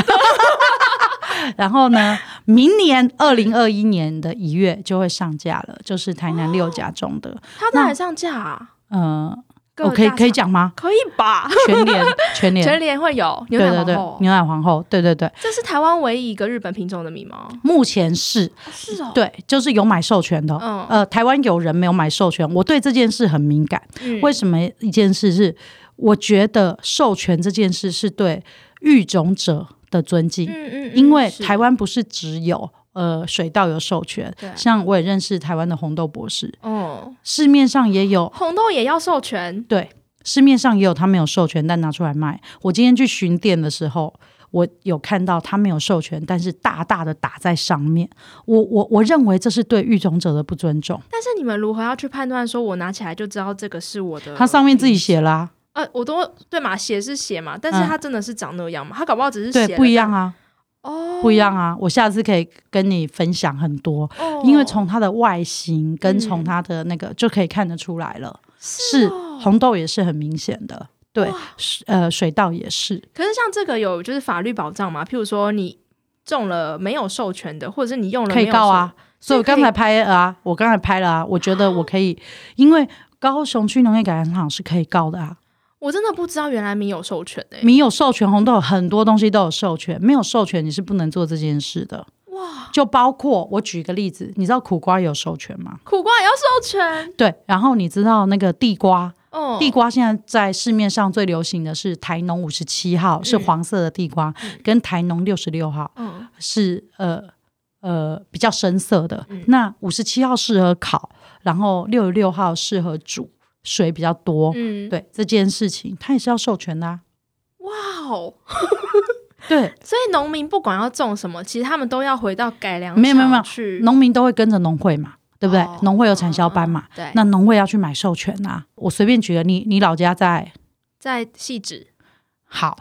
[SPEAKER 2] 然后呢，明年二零二一年的一月就会上架了，就是台南六甲种的。
[SPEAKER 1] 它在哪里上架、啊？
[SPEAKER 2] 呃，
[SPEAKER 1] 各
[SPEAKER 2] 我可以
[SPEAKER 1] 大
[SPEAKER 2] 可以
[SPEAKER 1] 厂，
[SPEAKER 2] 讲吗？
[SPEAKER 1] 可以吧？
[SPEAKER 2] 全年全年
[SPEAKER 1] 全联会有牛
[SPEAKER 2] 对
[SPEAKER 1] 奶
[SPEAKER 2] 对
[SPEAKER 1] 皇
[SPEAKER 2] 对
[SPEAKER 1] 后，，
[SPEAKER 2] 牛奶皇后，对对对，
[SPEAKER 1] 这是台湾唯一一个日本品种的米吗？
[SPEAKER 2] 目前是
[SPEAKER 1] 是哦，
[SPEAKER 2] 对，就是有买授权的。
[SPEAKER 1] 嗯
[SPEAKER 2] 呃，台湾有人没有买授权，我对这件事很敏感。
[SPEAKER 1] 嗯
[SPEAKER 2] 为什么一件事是？我觉得授权这件事是对育种者的尊敬。
[SPEAKER 1] 嗯嗯，
[SPEAKER 2] 因为
[SPEAKER 1] 是
[SPEAKER 2] 台湾不是只有呃水稻有授权
[SPEAKER 1] 对，
[SPEAKER 2] 像我也认识台湾的红豆博士，
[SPEAKER 1] 哦，
[SPEAKER 2] 市面上也有，
[SPEAKER 1] 红豆也要授权，
[SPEAKER 2] 对，市面上也有他没有授权但拿出来卖。我今天去巡店的时候。我有看到他没有授权，但是大大的打在上面。我我我认为这是对育种者的不尊重。
[SPEAKER 1] 但是你们如何要去判断说我拿起来就知道这个是我的？
[SPEAKER 2] 它上面自己写啦、
[SPEAKER 1] 呃，我都对嘛，写是写嘛，但是
[SPEAKER 2] 嗯
[SPEAKER 1] 它真的是长那样嘛？它搞不好只是写
[SPEAKER 2] 对，不一样
[SPEAKER 1] 啊，
[SPEAKER 2] 啊，
[SPEAKER 1] 哦，
[SPEAKER 2] 不一样啊。我下次可以跟你分享很多，
[SPEAKER 1] 哦，
[SPEAKER 2] 因为从它的外形跟
[SPEAKER 1] 嗯
[SPEAKER 2] 从它的那个就可以看得出来了。
[SPEAKER 1] 是
[SPEAKER 2] 是
[SPEAKER 1] 哦
[SPEAKER 2] 红豆也是很明显的，对
[SPEAKER 1] 哇，
[SPEAKER 2] 是呃，水稻也是，
[SPEAKER 1] 可是像这个有就是法律保障嘛，譬如说你中了没有授权的，或者是你用了
[SPEAKER 2] 可以
[SPEAKER 1] 没有
[SPEAKER 2] 告啊。所以
[SPEAKER 1] 所以
[SPEAKER 2] 我
[SPEAKER 1] 可
[SPEAKER 2] 刚
[SPEAKER 1] 以
[SPEAKER 2] 才拍了啊，我刚才拍了啊，我觉得我可以，因为高雄区农业改良场是可以告的啊。
[SPEAKER 1] 授。我真的不知道原来米有授权诶、欸
[SPEAKER 2] 你有授权，红豆有很多东西都有授权，没有授权你是不能做这件事的。哇，就包括我举个例子，你知道苦瓜有授权吗？
[SPEAKER 1] 苦瓜也要授权
[SPEAKER 2] 对，然后你知道那个地瓜，
[SPEAKER 1] 哦，
[SPEAKER 2] 地瓜现在在市面上最流行的是台农五十七号，是
[SPEAKER 1] 嗯
[SPEAKER 2] 黄色的地瓜，跟台农六十六号，
[SPEAKER 1] 嗯
[SPEAKER 2] 是呃呃比较深色的。
[SPEAKER 1] 嗯
[SPEAKER 2] 那五十七号适合烤，然后六十六号适合煮，水比较多。
[SPEAKER 1] 嗯，
[SPEAKER 2] 对这件事情，它也是要授权的、啊。
[SPEAKER 1] 哇哦，
[SPEAKER 2] 对，
[SPEAKER 1] 所以农民不管要种什么，其实他们都要回到改良
[SPEAKER 2] 没有没有
[SPEAKER 1] 场
[SPEAKER 2] 没有
[SPEAKER 1] 去
[SPEAKER 2] 农民都会跟着农会嘛，对不对？
[SPEAKER 1] 哦
[SPEAKER 2] 农会有产销班嘛，
[SPEAKER 1] 嗯对，
[SPEAKER 2] 那农会要去买授权啊。我随便举个，你你老家在
[SPEAKER 1] 在细致，
[SPEAKER 2] 好，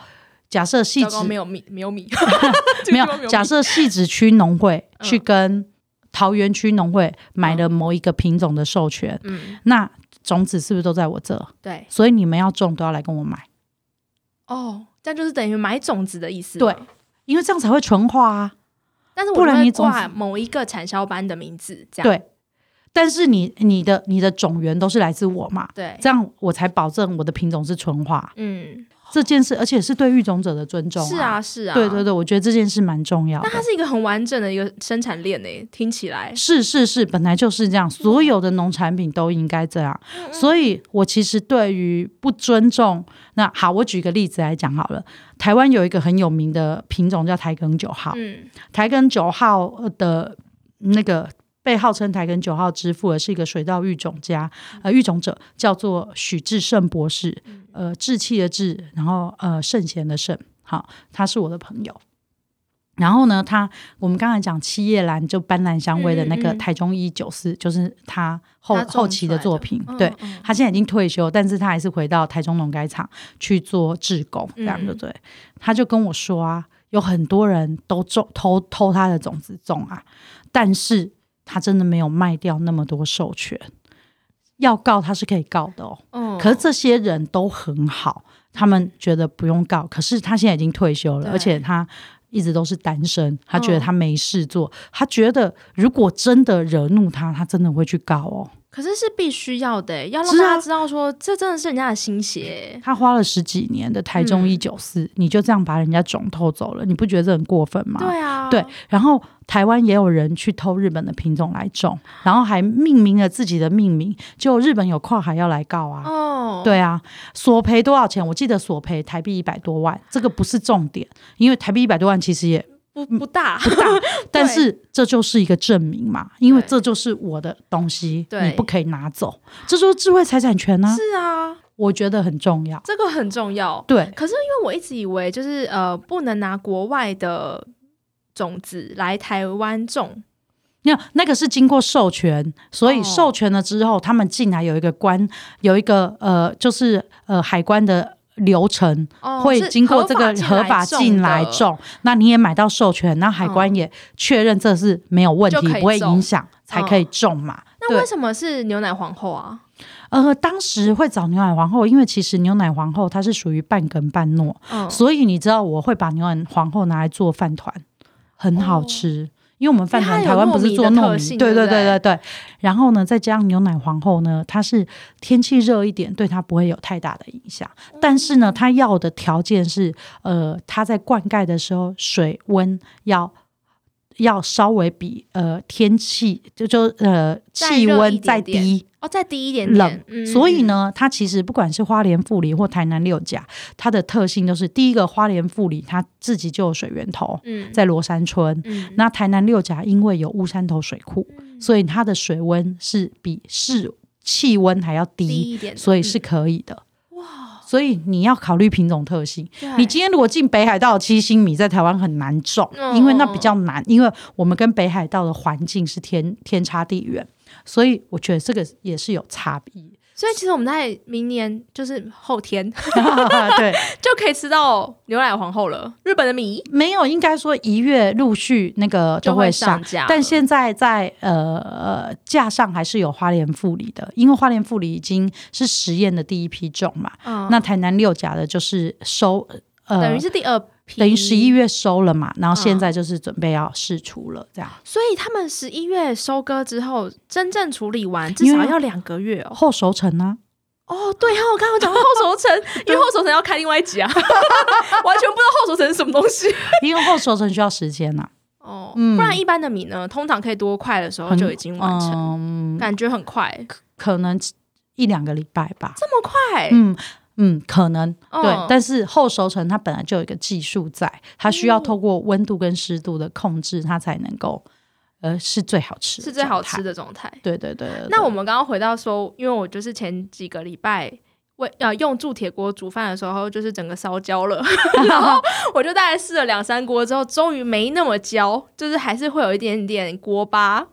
[SPEAKER 2] 假设细
[SPEAKER 1] 糟
[SPEAKER 2] 致
[SPEAKER 1] 糕，没有米，没有米，
[SPEAKER 2] 没
[SPEAKER 1] 这个地方没有
[SPEAKER 2] 有，假设细子区农会
[SPEAKER 1] 嗯
[SPEAKER 2] 去跟桃园区农会买了某一个品种的授权，
[SPEAKER 1] 嗯，
[SPEAKER 2] 那种子是不是都在我这？
[SPEAKER 1] 对，
[SPEAKER 2] 所以你们要种都要来跟我买，
[SPEAKER 1] 哦，这样就是等于买种子的意思，
[SPEAKER 2] 对。因为这样才会纯化啊。
[SPEAKER 1] 但是我
[SPEAKER 2] 不然
[SPEAKER 1] 就会
[SPEAKER 2] 你种
[SPEAKER 1] 挂
[SPEAKER 2] 子
[SPEAKER 1] 某一个产销班的名字，这样
[SPEAKER 2] 对，但是你你的你的种源都是来自我嘛，
[SPEAKER 1] 对
[SPEAKER 2] 这样我才保证我的品种是纯化
[SPEAKER 1] 嗯，
[SPEAKER 2] 这件事，而且是对育种者的尊重、
[SPEAKER 1] 是啊，
[SPEAKER 2] 啊，
[SPEAKER 1] 是啊，
[SPEAKER 2] 对对。对，我觉得这件事蛮重要的
[SPEAKER 1] 那。它是一个很完整的一个生产链诶，听起来，
[SPEAKER 2] 是是是，本来就是这样，
[SPEAKER 1] 嗯
[SPEAKER 2] 所有的农产品都应该这样。所以，我其实对于不尊重，那好，我举个例子来讲好了。台湾有一个很有名的品种叫台梗九号，
[SPEAKER 1] 嗯
[SPEAKER 2] 台根九号呃的那个被号称台根九号之父的呃是一个水稻育种家，
[SPEAKER 1] 嗯
[SPEAKER 2] 呃，育种者叫做许志胜博士，呃，志气的志，然后呃，圣贤的圣，好，他是我的朋友。然后呢，他我们刚才讲七叶兰就斑斓香味的那
[SPEAKER 1] 嗯
[SPEAKER 2] 个
[SPEAKER 1] 嗯嗯
[SPEAKER 2] 台中一九四，就是他后
[SPEAKER 1] 他种出来
[SPEAKER 2] 后期的作品，
[SPEAKER 1] 的嗯
[SPEAKER 2] 对
[SPEAKER 1] 嗯
[SPEAKER 2] 他现在已经退休，但是他还是回到台中农改场去做志工，这样
[SPEAKER 1] 嗯
[SPEAKER 2] 对不对？他就跟我说啊，有很多人都种偷偷他的种子种啊，但是他真的没有卖掉那么多授权，要告他是可以告的哦。
[SPEAKER 1] 嗯
[SPEAKER 2] 可是这些人都很好，他们觉得不用告，可是他现在已经退休了，
[SPEAKER 1] 对
[SPEAKER 2] 而且他。一直都是单身，他
[SPEAKER 1] 嗯
[SPEAKER 2] 觉得他没事做，他觉得如果真的惹怒他，他真的会去告哦。
[SPEAKER 1] 可是是必须要的欸，要让
[SPEAKER 2] 是啊
[SPEAKER 1] 大家知道说，这真的是人家的心血欸。
[SPEAKER 2] 他花了十几年的台中
[SPEAKER 1] 嗯
[SPEAKER 2] 一九四，你就这样把人家种偷走了，你不觉得这很过分吗？
[SPEAKER 1] 对啊，
[SPEAKER 2] 对，然后台湾也有人去偷日本的品种来种，然后还命名了自己的命名，就日本有跨海要来告啊。
[SPEAKER 1] 哦，
[SPEAKER 2] 对啊，索赔多少钱？我记得索赔台币一百多万，这个不是重点，因为台币一百多万其实也
[SPEAKER 1] 不不大，
[SPEAKER 2] 不大，但是这就是一个证明嘛，因为这就是我的东西，
[SPEAKER 1] 对
[SPEAKER 2] 你不可以拿走，这就是智慧财产权啊，
[SPEAKER 1] 是啊，
[SPEAKER 2] 我觉得很重要。
[SPEAKER 1] 这个很重要。
[SPEAKER 2] 对，
[SPEAKER 1] 可是因为我一直以为就是呃，不能拿国外的种子来台湾种，
[SPEAKER 2] 那那个是经过授权，所以
[SPEAKER 1] 哦
[SPEAKER 2] 授权了之后，他们进来有一个关，有一个呃，就是呃海关的流程，
[SPEAKER 1] 哦
[SPEAKER 2] 会
[SPEAKER 1] 是
[SPEAKER 2] 经过这个合
[SPEAKER 1] 法
[SPEAKER 2] 法进来
[SPEAKER 1] 种的，
[SPEAKER 2] 种，那你也买到授权，那海关也确认这是没有问
[SPEAKER 1] 就可
[SPEAKER 2] 题，
[SPEAKER 1] 以
[SPEAKER 2] 不会
[SPEAKER 1] 种
[SPEAKER 2] 影响，才可以种嘛。
[SPEAKER 1] 那
[SPEAKER 2] 对
[SPEAKER 1] 为，什么是牛奶皇后啊？
[SPEAKER 2] 呃，当时会找牛奶皇后，因为其实牛奶皇后它是属于半耕半糯，
[SPEAKER 1] 嗯，
[SPEAKER 2] 所以你知道我会把牛奶皇后拿来做饭团，很好吃。因为我们饭团
[SPEAKER 1] 哦因为
[SPEAKER 2] 台
[SPEAKER 1] 它有
[SPEAKER 2] 湾不是做
[SPEAKER 1] 糯米的
[SPEAKER 2] 糯
[SPEAKER 1] 特
[SPEAKER 2] 米，
[SPEAKER 1] 性
[SPEAKER 2] 对
[SPEAKER 1] 对不
[SPEAKER 2] 对
[SPEAKER 1] 对
[SPEAKER 2] 对对。然后呢，再加上牛奶皇后呢，它是天气热一点，对它不会有太大的影响。
[SPEAKER 1] 嗯
[SPEAKER 2] 但是呢，它要的条件是，呃，它在灌溉的时候水温要要稍微比呃天气就就呃
[SPEAKER 1] 再
[SPEAKER 2] 气
[SPEAKER 1] 热
[SPEAKER 2] 温
[SPEAKER 1] 一
[SPEAKER 2] 再
[SPEAKER 1] 点
[SPEAKER 2] 低
[SPEAKER 1] 点哦，再低一点点，
[SPEAKER 2] 冷，
[SPEAKER 1] 嗯
[SPEAKER 2] 所以，呢，它其实不管是花莲富里或台南六甲，它的特性就是第一个花莲富里它自己就有水源头，
[SPEAKER 1] 嗯，
[SPEAKER 2] 在罗山村。
[SPEAKER 1] 嗯，
[SPEAKER 2] 那台南六甲因为有乌山头水库，
[SPEAKER 1] 嗯
[SPEAKER 2] 所以它的水温是比市气温还要
[SPEAKER 1] 低
[SPEAKER 2] 低，
[SPEAKER 1] 一点，嗯
[SPEAKER 2] 所以是可以的。
[SPEAKER 1] 哇，
[SPEAKER 2] 所以你要考虑品种特性。
[SPEAKER 1] 对
[SPEAKER 2] 你今天如果进北海道的七星米，在台湾很难种，
[SPEAKER 1] 嗯
[SPEAKER 2] 因为那比较难，因为我们跟北海道的环境是天天差地远，所以我觉得这个也是有差别。
[SPEAKER 1] 所以其实我们在明年就是后 天
[SPEAKER 2] 对，
[SPEAKER 1] 就可以吃到牛奶皇后了，日本的米
[SPEAKER 2] 没有，应该说一月陆续那个都会
[SPEAKER 1] 会
[SPEAKER 2] 上，
[SPEAKER 1] 上架了，
[SPEAKER 2] 但现在在呃呃架上还是有花莲富里的，因为花莲富里已经是实验的第一批种嘛。
[SPEAKER 1] 嗯
[SPEAKER 2] 那台南六甲的就是收呃
[SPEAKER 1] 等于是第二批，
[SPEAKER 2] 等于十一，月收了嘛，然后现
[SPEAKER 1] 嗯
[SPEAKER 2] 在就是准备要试出了，这样
[SPEAKER 1] 所以他们十一月收割之后，真正处理完至
[SPEAKER 2] 因
[SPEAKER 1] 少
[SPEAKER 2] 为
[SPEAKER 1] 要两个月哦。
[SPEAKER 2] 后熟成呢、
[SPEAKER 1] 哦，对哦，我刚刚讲后熟成， 因为后熟成要开另外一集啊， 完全不知道后熟成是什么东西
[SPEAKER 2] 啊，因为后熟成需要时间呐、
[SPEAKER 1] 哦。
[SPEAKER 2] 嗯
[SPEAKER 1] 不然一般的米呢，通常可以多快的时候
[SPEAKER 2] 很
[SPEAKER 1] 就已经完成，
[SPEAKER 2] 嗯，
[SPEAKER 1] 感觉很快，
[SPEAKER 2] 可能一两个礼拜吧。
[SPEAKER 1] 这么快，
[SPEAKER 2] 嗯嗯，可能
[SPEAKER 1] 嗯
[SPEAKER 2] 对，但是后熟成它本来就有一个技术在，它需要
[SPEAKER 1] 哦
[SPEAKER 2] 透过温度跟湿度的控制，它才能够，呃，是最好吃，
[SPEAKER 1] 是最好吃。的状态。
[SPEAKER 2] 对对对对
[SPEAKER 1] 那
[SPEAKER 2] 对
[SPEAKER 1] 我们刚刚回到说，因为我就是前几个礼拜为呃用铸铁锅煮饭的时候，就是整个烧焦 了，然后我就大概试了两三锅之后，终于没那么焦，就是还是会有一点点锅巴。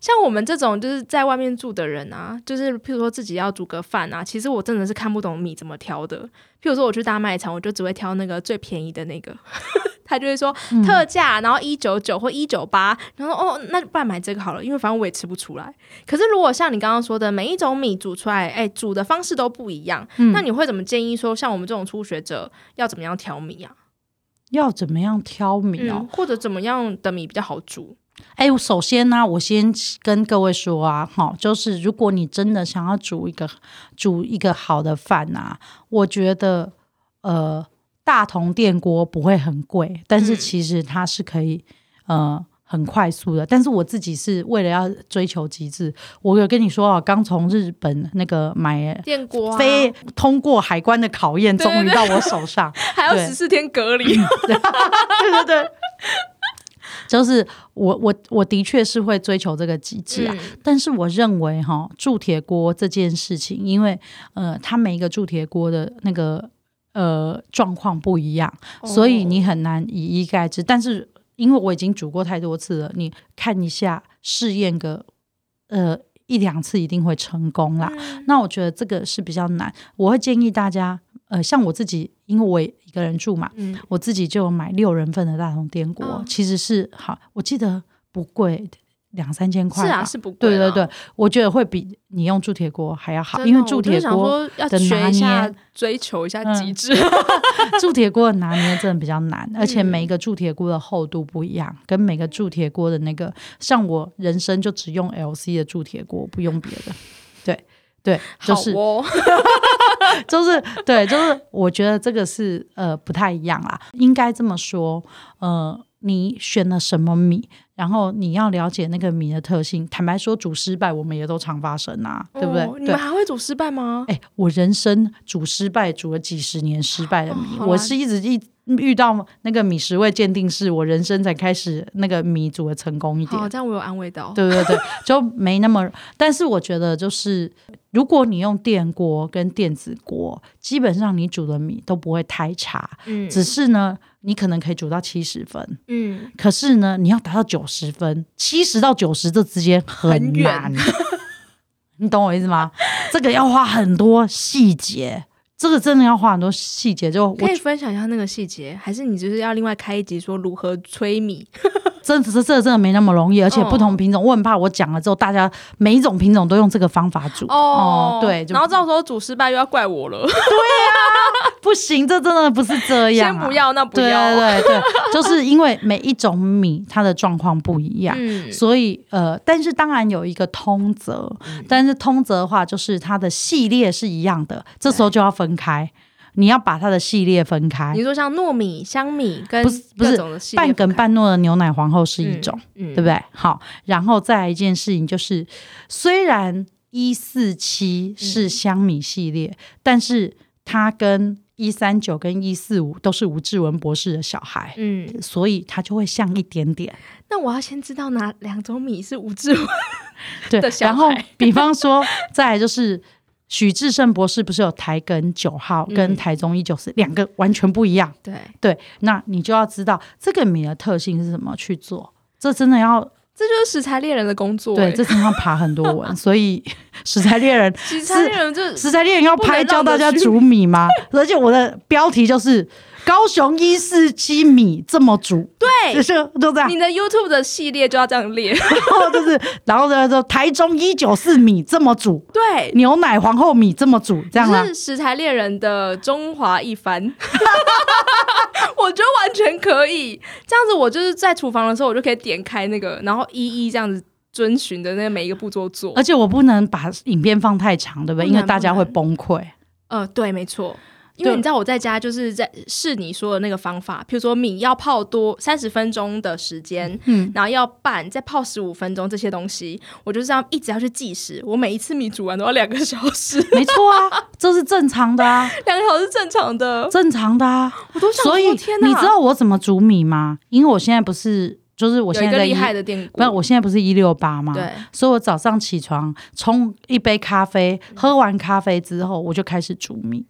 [SPEAKER 1] 像我们这种就是在外面住的人啊，就是譬如说自己要煮个饭啊，其实我真的是看不懂米怎么挑的。譬如说我去大卖场，我就只会挑那个最便宜的那个， 他就会说
[SPEAKER 2] 嗯
[SPEAKER 1] 特价，然后一九九或一九八，然后哦，那不然买这个好了，因为反正我也吃不出来。可是如果像你刚刚说的，每一种米煮出来，哎，煮的方式都不一样，
[SPEAKER 2] 嗯
[SPEAKER 1] 那你会怎么建议说，像我们这种初学者要怎么样调米啊？
[SPEAKER 2] 要怎么样挑米
[SPEAKER 1] 嗯
[SPEAKER 2] 哦？，
[SPEAKER 1] 或者怎么样的米比较好煮？
[SPEAKER 2] 哎、我首先呢、我先跟各位说啊，哈，就是如果你真的想要煮一个煮一个好的饭啊，我觉得呃，大同电锅不会很贵，但是
[SPEAKER 1] 嗯
[SPEAKER 2] 其实它是可以呃很快速的。但是我自己是为了要追求极致，我有跟你说啊，刚从日本那个买。
[SPEAKER 1] 电锅啊，
[SPEAKER 2] 非通过海关的考验，
[SPEAKER 1] 对对
[SPEAKER 2] 终于到我手上。
[SPEAKER 1] 还要
[SPEAKER 2] 对嗯
[SPEAKER 1] 十四天隔离，
[SPEAKER 2] 对对对，就是我我我的确是会追求这个极致啊。
[SPEAKER 1] 嗯
[SPEAKER 2] 但是我认为哈，铸铁锅这件事情，因为呃，它每一个铸铁锅的那个呃状况不一样，
[SPEAKER 1] 哦
[SPEAKER 2] 所以你很难以一概之。但是因为我已经煮过太多次了，你看一下试验个呃一两次一定会成功啦。
[SPEAKER 1] 嗯
[SPEAKER 2] 那我觉得这个是比较难，我会建议大家，呃，像我自己，因为我也一个人住嘛，
[SPEAKER 1] 嗯，
[SPEAKER 2] 我自己就有买六人份的大同电锅，
[SPEAKER 1] 嗯
[SPEAKER 2] 其实是好，我记得不贵，两三千块
[SPEAKER 1] 是啊，
[SPEAKER 2] 吧
[SPEAKER 1] 是不贵
[SPEAKER 2] 对
[SPEAKER 1] 啦
[SPEAKER 2] 对对，，我觉得会比你用铸铁锅还要好，
[SPEAKER 1] 真的
[SPEAKER 2] 因为铸铁
[SPEAKER 1] 我就想
[SPEAKER 2] 锅
[SPEAKER 1] 说要
[SPEAKER 2] 的
[SPEAKER 1] 学
[SPEAKER 2] 拿
[SPEAKER 1] 一下
[SPEAKER 2] 捏，
[SPEAKER 1] 追求一下
[SPEAKER 2] 嗯
[SPEAKER 1] 极致，
[SPEAKER 2] 铸铁锅的拿捏真的比较难，而且
[SPEAKER 1] 嗯
[SPEAKER 2] 每一个铸铁锅的厚度不一样，跟每个铸铁锅的那个，像我人生就只用 LC 的铸铁锅，不用别的。对对，就
[SPEAKER 1] 好
[SPEAKER 2] 是
[SPEAKER 1] 哦，
[SPEAKER 2] 就是对，就是我觉得这个是呃不太一样啦，应该这么说，呃，你选了什么米，然后你要了解那个米的特性。坦白说，煮失败我们也都常发生啊，对不对？
[SPEAKER 1] 哦你
[SPEAKER 2] 对
[SPEAKER 1] 们。还会煮失败吗？
[SPEAKER 2] 哎、我人生煮失败，煮了几十年失败的
[SPEAKER 1] 哦
[SPEAKER 2] 米，
[SPEAKER 1] 好
[SPEAKER 2] 我
[SPEAKER 1] 啦
[SPEAKER 2] 是一直一遇到那个米食味鉴定师，我人生才开始那个米煮的成功一点
[SPEAKER 1] 好，。这样我有安慰到。
[SPEAKER 2] 对对对，就没那么。但是我觉得，就是如果你用电锅跟电子锅，基本上你煮的米都不会太差，
[SPEAKER 1] 嗯
[SPEAKER 2] 只是呢，你可能可以煮到七十分，
[SPEAKER 1] 嗯，
[SPEAKER 2] 可是呢，你要达到九十分，七十到九十这之间很
[SPEAKER 1] 很远
[SPEAKER 2] 难。 你懂我意思吗？这个要花很多细节，这个真的要花很多细节。就我
[SPEAKER 1] 可以分享一下那个细节，还是你就是要另外开一集说如何催米？
[SPEAKER 2] 真的是这真的没那么
[SPEAKER 1] 嗯
[SPEAKER 2] 容易，而且不同品种，我很怕我讲了之后，大家每一种品种都用这个方法煮。哦对，就
[SPEAKER 1] 哦然后到时候煮失败又要怪我了，
[SPEAKER 2] 不行，这真的不是这样、
[SPEAKER 1] 先
[SPEAKER 2] 啊。
[SPEAKER 1] 不要，那不
[SPEAKER 2] 对
[SPEAKER 1] 要。
[SPEAKER 2] 对对对，就是因为每一种米它的状况不一样。
[SPEAKER 1] 嗯
[SPEAKER 2] 所以，呃，但是当然有一个通则，
[SPEAKER 1] 嗯
[SPEAKER 2] 但是通则的话，就是它的系列是一样的，这时候就要分开，你要把它的系列分开
[SPEAKER 1] 你。说像糯米、香米跟
[SPEAKER 2] 啊不是不
[SPEAKER 1] 各
[SPEAKER 2] 是
[SPEAKER 1] 种的系列
[SPEAKER 2] 半梗
[SPEAKER 1] 分开，
[SPEAKER 2] 半糯的牛奶皇后是一
[SPEAKER 1] 嗯
[SPEAKER 2] 种，
[SPEAKER 1] 嗯
[SPEAKER 2] 对不？对？好，然后再来一件事情就是，虽然一四七是香米系列，
[SPEAKER 1] 嗯
[SPEAKER 2] 但是它跟一三九跟一四五都是吴志文博士的小孩，
[SPEAKER 1] 嗯，
[SPEAKER 2] 所以它就会像一点点。
[SPEAKER 1] 那我要先知道哪两种米是无智慧
[SPEAKER 2] 对
[SPEAKER 1] 的，小
[SPEAKER 2] 然后
[SPEAKER 1] 孩
[SPEAKER 2] 比方说， 再来就是许志胜博士不是有台梗九号跟
[SPEAKER 1] 嗯
[SPEAKER 2] 台中一九四两个完全不一样，
[SPEAKER 1] 对，
[SPEAKER 2] 对，那你就要知道这个米的特性是什么去做，这真的要
[SPEAKER 1] 这就是食材猎人的工作、欸。
[SPEAKER 2] 对，这真的要爬很多 文，所以 食材猎人。
[SPEAKER 1] 食材猎人就是
[SPEAKER 2] 食材猎人要拍教大家煮米吗？而且我的标题就是高雄一四七米这么煮，
[SPEAKER 1] 对
[SPEAKER 2] 就是就这样
[SPEAKER 1] 你，的 YouTube 的系列就要这样 列，
[SPEAKER 2] 然后就是然后呢，就台中一九四米这么煮，
[SPEAKER 1] 对。
[SPEAKER 2] 牛奶皇后米这么煮，这样啦
[SPEAKER 1] 你。是食材猎人的中华一番， 我觉得完全可以。这样子，我就是在厨房的时候，我就可以点开那个，然后一一这样子遵循的那每一个步骤做
[SPEAKER 2] 而。且我不能把影片放太长，对不对？
[SPEAKER 1] 不
[SPEAKER 2] 因为
[SPEAKER 1] 能
[SPEAKER 2] 大家
[SPEAKER 1] 不
[SPEAKER 2] 会
[SPEAKER 1] 能
[SPEAKER 2] 崩溃。
[SPEAKER 1] 呃，对，没错。因为
[SPEAKER 2] 对
[SPEAKER 1] 你知道我在家就是在试你说的那个方法，譬如说米要泡多三十分钟的时间，
[SPEAKER 2] 嗯
[SPEAKER 1] 嗯，然后要拌，再泡十五分钟这些东西，我就是要一直要去计时。我每一次米煮完都要两个小 时，
[SPEAKER 2] 没错啊，这是正常 的啊，
[SPEAKER 1] 两个小时正常的。
[SPEAKER 2] 正常的啊。
[SPEAKER 1] 我都想
[SPEAKER 2] 所以
[SPEAKER 1] 说，天哪！
[SPEAKER 2] 你知道我怎么煮米吗？因为我现在不是，就是我
[SPEAKER 1] 有
[SPEAKER 2] 现
[SPEAKER 1] 一个
[SPEAKER 2] 在在
[SPEAKER 1] 厉
[SPEAKER 2] 一
[SPEAKER 1] 害，的店
[SPEAKER 2] 不是，
[SPEAKER 1] 锅，
[SPEAKER 2] 我现在不是一六八吗？
[SPEAKER 1] 对。
[SPEAKER 2] 所以我早上起床冲一杯咖啡，喝完咖啡之后我就开始煮米，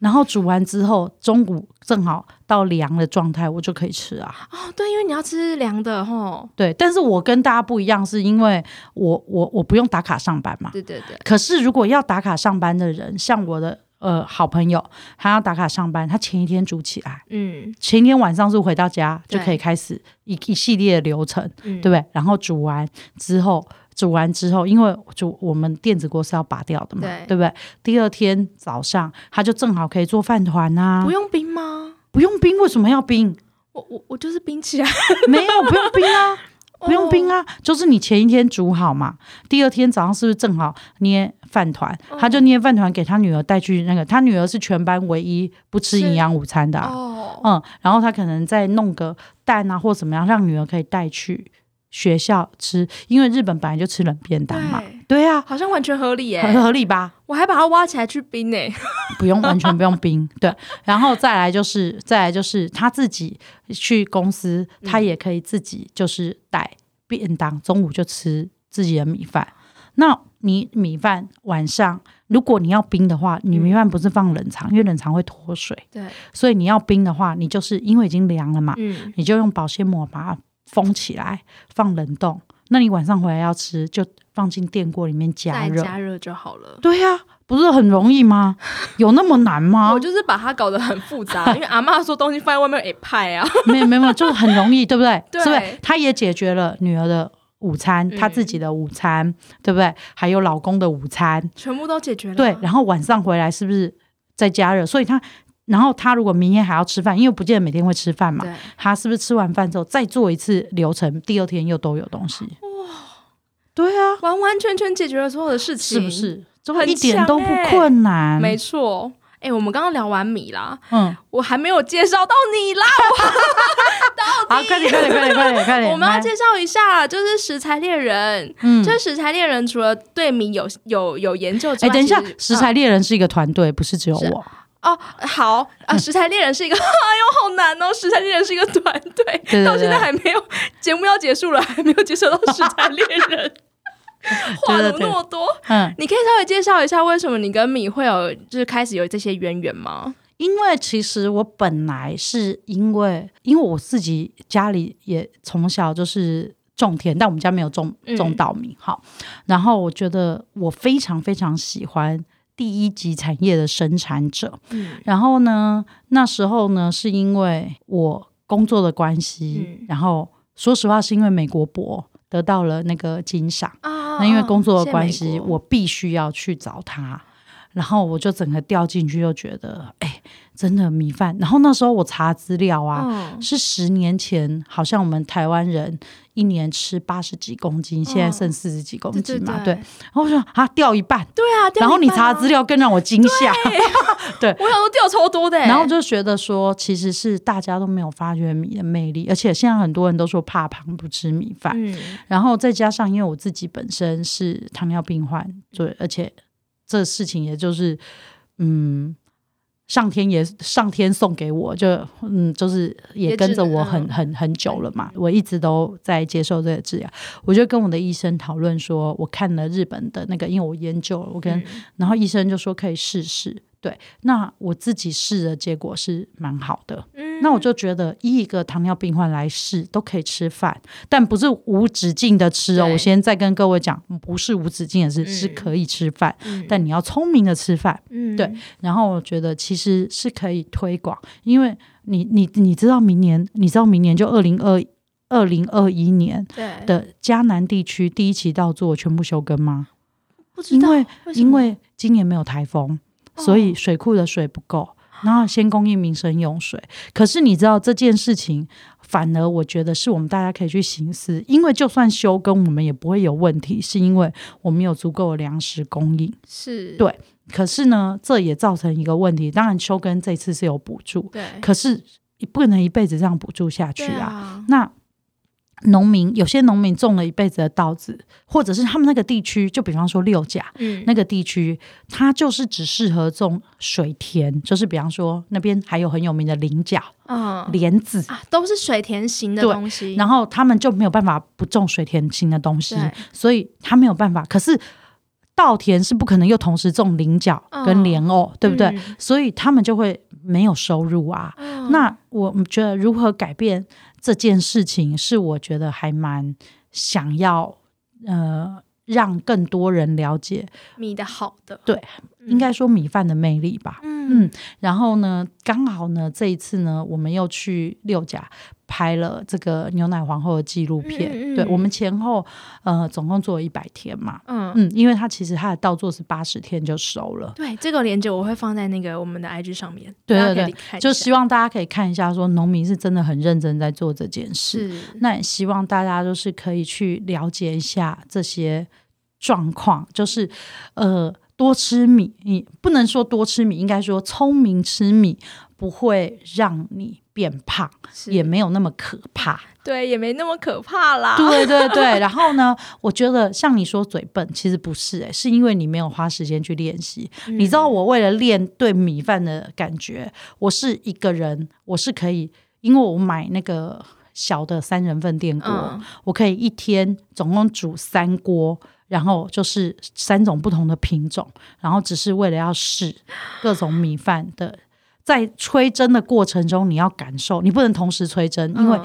[SPEAKER 2] 然后煮完之后中午正好到凉的状态，我就可以吃啊。
[SPEAKER 1] 哦，对，因为你要吃凉的吼，
[SPEAKER 2] 对，但是我跟大家不一样，是因为我我我不用打卡上班嘛。
[SPEAKER 1] 对对对，
[SPEAKER 2] 可是如果要打卡上班的人，像我的呃好朋友，他要打卡上班，他前一天煮起来，
[SPEAKER 1] 嗯
[SPEAKER 2] 前一天晚上是回到家就
[SPEAKER 1] 对
[SPEAKER 2] 可以开始一一系列的流程，
[SPEAKER 1] 嗯，
[SPEAKER 2] 对不对？然后煮完之后，煮完之后，因为煮我们电子锅是要拔掉的嘛，
[SPEAKER 1] 对
[SPEAKER 2] 不对？第二天早上他就正好可以做饭团啊，
[SPEAKER 1] 不用冰吗？
[SPEAKER 2] 不用冰，为什么要冰？
[SPEAKER 1] 我我我就是冰起来，
[SPEAKER 2] 没有，不用冰啊。不用冰
[SPEAKER 1] 啊，
[SPEAKER 2] 啊，就是你前一天煮好嘛，第二天早上是不是正好捏饭团？
[SPEAKER 1] 哦
[SPEAKER 2] 他就捏饭团给他女儿带去那个，他女儿是全班唯一不
[SPEAKER 1] 是
[SPEAKER 2] 吃营养午餐的、啊，
[SPEAKER 1] 哦，
[SPEAKER 2] 嗯，然后他可能再弄个蛋啊或怎么样，让女儿可以带去学校吃，因为日本本来就吃冷便当嘛，
[SPEAKER 1] 对，
[SPEAKER 2] 对啊，
[SPEAKER 1] 好像完全合理耶，
[SPEAKER 2] 很合理吧？
[SPEAKER 1] 我还把它挖起来去冰呢。
[SPEAKER 2] 不用完全不用冰， 对，然后再来就是再来就是他自己去公司，他也可以自己就是带便当，中午就吃自己的米饭。那你米饭晚上如果你要冰的话，你米饭不是放冷藏，因为冷藏会脱水，
[SPEAKER 1] 对，
[SPEAKER 2] 所以你要冰的话，你就是因为已经凉了嘛，
[SPEAKER 1] 嗯，
[SPEAKER 2] 你就用保鲜膜把它封起来，放冷冻。那你晚上回来要吃，就放进电锅里面加
[SPEAKER 1] 再
[SPEAKER 2] 热。
[SPEAKER 1] 加热就好了。
[SPEAKER 2] 对呀、不是很容易 吗？有那么难吗
[SPEAKER 1] 我？就是把它搞得很复杂，因为阿妈说东西放在外面也派 啊。
[SPEAKER 2] 没有没有，没有就是很容易，对不对？
[SPEAKER 1] 对
[SPEAKER 2] 是不是？她也解决了女儿的午餐，
[SPEAKER 1] 嗯
[SPEAKER 2] 她自己的午餐，对不对？还有老公的午餐，
[SPEAKER 1] 全部都解决了。
[SPEAKER 2] 对。然后晚上回来是不是再加热？所以她，然后她如果明天还要吃饭，因为不见得每天会吃饭嘛，
[SPEAKER 1] 对，
[SPEAKER 2] 她是不是吃完饭之后再做一次流程，第二天又都有东西？哇，对啊，
[SPEAKER 1] 完完全全解决了所有的事情，
[SPEAKER 2] 是不？是？就会
[SPEAKER 1] 很
[SPEAKER 2] 一点
[SPEAKER 1] 强
[SPEAKER 2] 都不
[SPEAKER 1] 欸
[SPEAKER 2] 困难，
[SPEAKER 1] 没错。哎、我们刚刚聊完米啦，
[SPEAKER 2] 嗯，
[SPEAKER 1] 我还没有介绍到你啦，
[SPEAKER 2] 好，快点，快点，快点，快点，快
[SPEAKER 1] 哦
[SPEAKER 2] 点，
[SPEAKER 1] 我们要
[SPEAKER 2] 来
[SPEAKER 1] 介绍一下，就是食材猎人。
[SPEAKER 2] 嗯
[SPEAKER 1] 就是食材猎人除了对米有有有研究之
[SPEAKER 2] 哎、
[SPEAKER 1] 外，
[SPEAKER 2] 等一下
[SPEAKER 1] 其实，
[SPEAKER 2] 食材猎人是一个团队，不是只有
[SPEAKER 1] 是
[SPEAKER 2] 我。
[SPEAKER 1] 哦，好啊，食材猎人是一个，哎 呦，好难哦！食材猎人是一个团队，
[SPEAKER 2] 对对
[SPEAKER 1] 到现在
[SPEAKER 2] 对
[SPEAKER 1] 还没有节目要结束了，还没有介绍到食材猎 人，话
[SPEAKER 2] 对对
[SPEAKER 1] 怎么那么多？
[SPEAKER 2] 嗯，
[SPEAKER 1] 你可以稍微介绍一下为什么你跟米会有就是开始有这些渊源吗？
[SPEAKER 2] 因为其实我本来是因为，因为我自己家里也从小就是种田，但我们家没有种
[SPEAKER 1] 嗯
[SPEAKER 2] 种稻米。好，然后我觉得我非常非常喜欢第一级产业的生产者。
[SPEAKER 1] 嗯
[SPEAKER 2] 然后呢，那时候呢，是因为我工作的关系，
[SPEAKER 1] 嗯
[SPEAKER 2] 然后说实话是因为美国博得到了那个金赏。
[SPEAKER 1] 啊
[SPEAKER 2] 那因为工作的关
[SPEAKER 1] 谢谢
[SPEAKER 2] 系，
[SPEAKER 1] 美国
[SPEAKER 2] 我必须要去找他，然后我就整个掉进去，就觉得哎、真的米饭。然后那时候我查资料啊，
[SPEAKER 1] 嗯
[SPEAKER 2] 是十年前，好像我们台湾人一年吃八十几公斤，现在剩四十几公
[SPEAKER 1] 对对
[SPEAKER 2] 斤嘛，
[SPEAKER 1] 嗯对
[SPEAKER 2] 对。然后我就想啊，掉一半。
[SPEAKER 1] 对啊，
[SPEAKER 2] 然后你查资
[SPEAKER 1] 料，
[SPEAKER 2] 料更让我惊吓，
[SPEAKER 1] 我想说掉超多的欸，
[SPEAKER 2] 然后我就觉得说，其实是大家都没有发掘米的魅力，而且现在很多人都说怕胖不吃米饭，
[SPEAKER 1] 嗯
[SPEAKER 2] 然后再加上，因为我自己本身是糖尿病患，对，而且这事情也就是，嗯，上天也上天送给我，就嗯，就是也
[SPEAKER 1] 也
[SPEAKER 2] 跟
[SPEAKER 1] 只
[SPEAKER 2] 着我
[SPEAKER 1] 能
[SPEAKER 2] 很很很久了嘛，我一直都在接受这个治疗。我就跟我的医生讨论说，我看了日本的那个，因为我研究了，我跟、然后医生就说可以试试。对，那我自己试的结果是蛮好的，
[SPEAKER 1] 嗯
[SPEAKER 2] 那我就觉得，以一个糖尿病患来试，都可以吃饭，但不是无止境的吃哦。
[SPEAKER 1] 对
[SPEAKER 2] 我先再跟各位讲，不是无止境的吃，
[SPEAKER 1] 嗯
[SPEAKER 2] 是可以吃饭，
[SPEAKER 1] 嗯
[SPEAKER 2] 但你要聪明的吃饭。
[SPEAKER 1] 嗯
[SPEAKER 2] 对然后我觉得其实是可以推广，因为你你你知道明年，你知道明年就二零二二零二一年
[SPEAKER 1] 对
[SPEAKER 2] 的迦南地区第一期稻作全部休耕吗？
[SPEAKER 1] 不知
[SPEAKER 2] 因
[SPEAKER 1] 道
[SPEAKER 2] 为
[SPEAKER 1] 什么哦
[SPEAKER 2] 因为今年没有台风，所以水库的水不够，然后先供应民生用水。可是你知道这件事情，反而我觉得是我们大家可以去行思，因为就算休耕，我们也不会有问题，是因为我们有足够的粮食供应。
[SPEAKER 1] 是
[SPEAKER 2] 对可是呢，这也造成一个问题，当然休耕这次是有补助，
[SPEAKER 1] 对
[SPEAKER 2] 可是不能一辈子这样补助下去
[SPEAKER 1] 对
[SPEAKER 2] 啊。
[SPEAKER 1] 啊，
[SPEAKER 2] 那农民有些农民种了一辈子的稻子，或者是他们那个地区，就比方说六甲，
[SPEAKER 1] 嗯
[SPEAKER 2] 那个地区，它就是只适合种水田，就是比方说那边还有很有名的菱角、
[SPEAKER 1] 嗯
[SPEAKER 2] 莲子，
[SPEAKER 1] 啊，都是水田型的
[SPEAKER 2] 对
[SPEAKER 1] 东西，
[SPEAKER 2] 然后他们就没有办法不种水田型的东西
[SPEAKER 1] 对，
[SPEAKER 2] 所以他没有办法。可是稻田是不可能又同时种菱角跟莲藕，对不对？
[SPEAKER 1] 嗯
[SPEAKER 2] 所以他们就会没有收入啊。
[SPEAKER 1] 哦
[SPEAKER 2] 那我觉得如何改变这件事情，是我觉得还蛮想要呃让更多人了解
[SPEAKER 1] 米的好的，
[SPEAKER 2] 对
[SPEAKER 1] 嗯，
[SPEAKER 2] 应该说米饭的魅力吧。
[SPEAKER 1] 嗯
[SPEAKER 2] 嗯然后呢，刚好呢，这一次呢，我们又去六甲拍了这个牛奶皇后的纪录片。
[SPEAKER 1] 嗯嗯嗯
[SPEAKER 2] 对我们前后呃总共做了一百天嘛。
[SPEAKER 1] 嗯。
[SPEAKER 2] 嗯，因为它其实它的稻作是八十天就熟了，
[SPEAKER 1] 对，这个链接我会放在那个我们的 IG 上面，
[SPEAKER 2] 对
[SPEAKER 1] 大家
[SPEAKER 2] 对
[SPEAKER 1] 可以
[SPEAKER 2] 对
[SPEAKER 1] 看一
[SPEAKER 2] 就
[SPEAKER 1] 下
[SPEAKER 2] 希望大家可以看一下，说农民是真的很认真在做这件事。
[SPEAKER 1] 是
[SPEAKER 2] 那也希望大家就是可以去了解一下这些状况，就是呃多吃米，你不能说多吃米，应该说聪明吃米不会让你变胖，
[SPEAKER 1] 是啊
[SPEAKER 2] 也没有那么可怕。
[SPEAKER 1] 对，也没那么可怕啦。
[SPEAKER 2] 对啊对 对，然后呢，我觉得像你说嘴笨，其实不是、欸，是因为你没有花时间去练习。
[SPEAKER 1] 嗯
[SPEAKER 2] 你知道，我为了练对米饭的感觉，我是一个人，我是可以，因为我买那个小的三人份电锅，
[SPEAKER 1] 嗯
[SPEAKER 2] 我可以一天总共煮三锅，然后就是三种不同的品种，然后只是为了要试各种米饭的。在吹蒸的过程中，你要感受，你不能同时吹蒸，因为
[SPEAKER 1] 嗯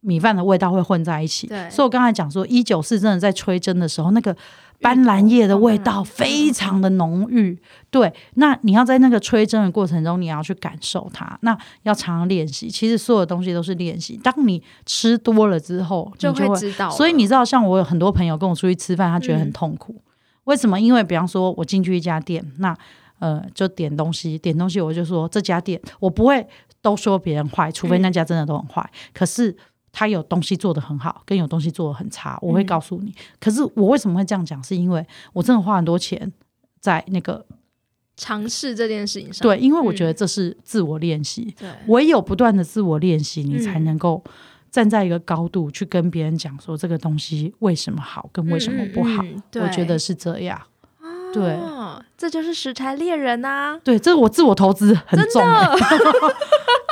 [SPEAKER 2] 米饭的味道会混在一起
[SPEAKER 1] 对。
[SPEAKER 2] 所以我刚才讲说，一九四真的在吹蒸的时候，那个斑斓叶的味道非常的浓
[SPEAKER 1] 嗯
[SPEAKER 2] 郁。对，那你要在那个吹蒸的过程中，你要去感受它，那要常常练习。其实所有东西都是练习。当你吃多了之后，你
[SPEAKER 1] 就
[SPEAKER 2] 就
[SPEAKER 1] 会
[SPEAKER 2] 会。
[SPEAKER 1] 知道了，
[SPEAKER 2] 所以你知道，像我有很多朋友跟我出去吃饭，他觉得很
[SPEAKER 1] 嗯
[SPEAKER 2] 痛苦。为什么？因为比方说，我进去一家店，那呃，就点东西，点东西我就说这家店我不会都说别人坏，除非
[SPEAKER 1] 嗯
[SPEAKER 2] 那家真的都很坏。可是他有东西做的很好，跟有东西做的很差，我会
[SPEAKER 1] 嗯
[SPEAKER 2] 告诉你。可是我为什么会这样讲？是因为我真的花很多钱在那个
[SPEAKER 1] 尝试这件事情上。
[SPEAKER 2] 对，因为我
[SPEAKER 1] 嗯
[SPEAKER 2] 觉得这是自我练习，
[SPEAKER 1] 对，
[SPEAKER 2] 唯有不断的自我练习，你才
[SPEAKER 1] 嗯
[SPEAKER 2] 能够站在一个高度去跟别人讲说这个东西为什么好，跟为什么不好。
[SPEAKER 1] 嗯？嗯
[SPEAKER 2] 我觉得，是这样。
[SPEAKER 1] 嗯
[SPEAKER 2] 对
[SPEAKER 1] 哦这就是食材猎人啊呐。
[SPEAKER 2] 对，这我自我投资很重、欸。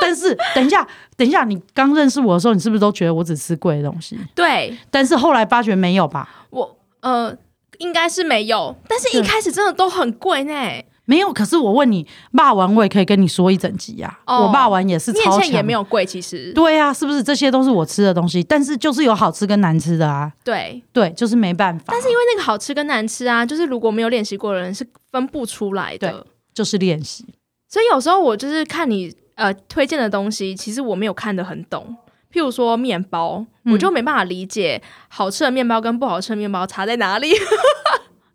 [SPEAKER 2] 但是等一下，等一下，你刚认识我的时候，你是不是都觉得我只吃贵的东西？
[SPEAKER 1] 对
[SPEAKER 2] 但是后来发觉没有吧？
[SPEAKER 1] 我，呃，应该是没有，但是一
[SPEAKER 2] 对
[SPEAKER 1] 开始真的都很贵呢。
[SPEAKER 2] 没有。可是我问你，霸王我也可以跟你说一整集呀、
[SPEAKER 1] 哦
[SPEAKER 2] 我霸王也是
[SPEAKER 1] 面
[SPEAKER 2] 超
[SPEAKER 1] 线
[SPEAKER 2] 强，
[SPEAKER 1] 也没。有贵，其实
[SPEAKER 2] 对啊，是不是这些都是我吃的东西？但是就是有好吃跟难吃的啊。
[SPEAKER 1] 对，
[SPEAKER 2] 对，就是没办法。但是
[SPEAKER 1] 因为那个好吃跟难吃啊，就是如果没有练习过的人是分不出来的
[SPEAKER 2] 对。就是练习。
[SPEAKER 1] 所以有时候我就是看你呃推荐的东西，其实我没有看得很懂。譬如说面包，
[SPEAKER 2] 嗯
[SPEAKER 1] 我就没办法理解好吃的面包跟不好吃的面包差在哪里。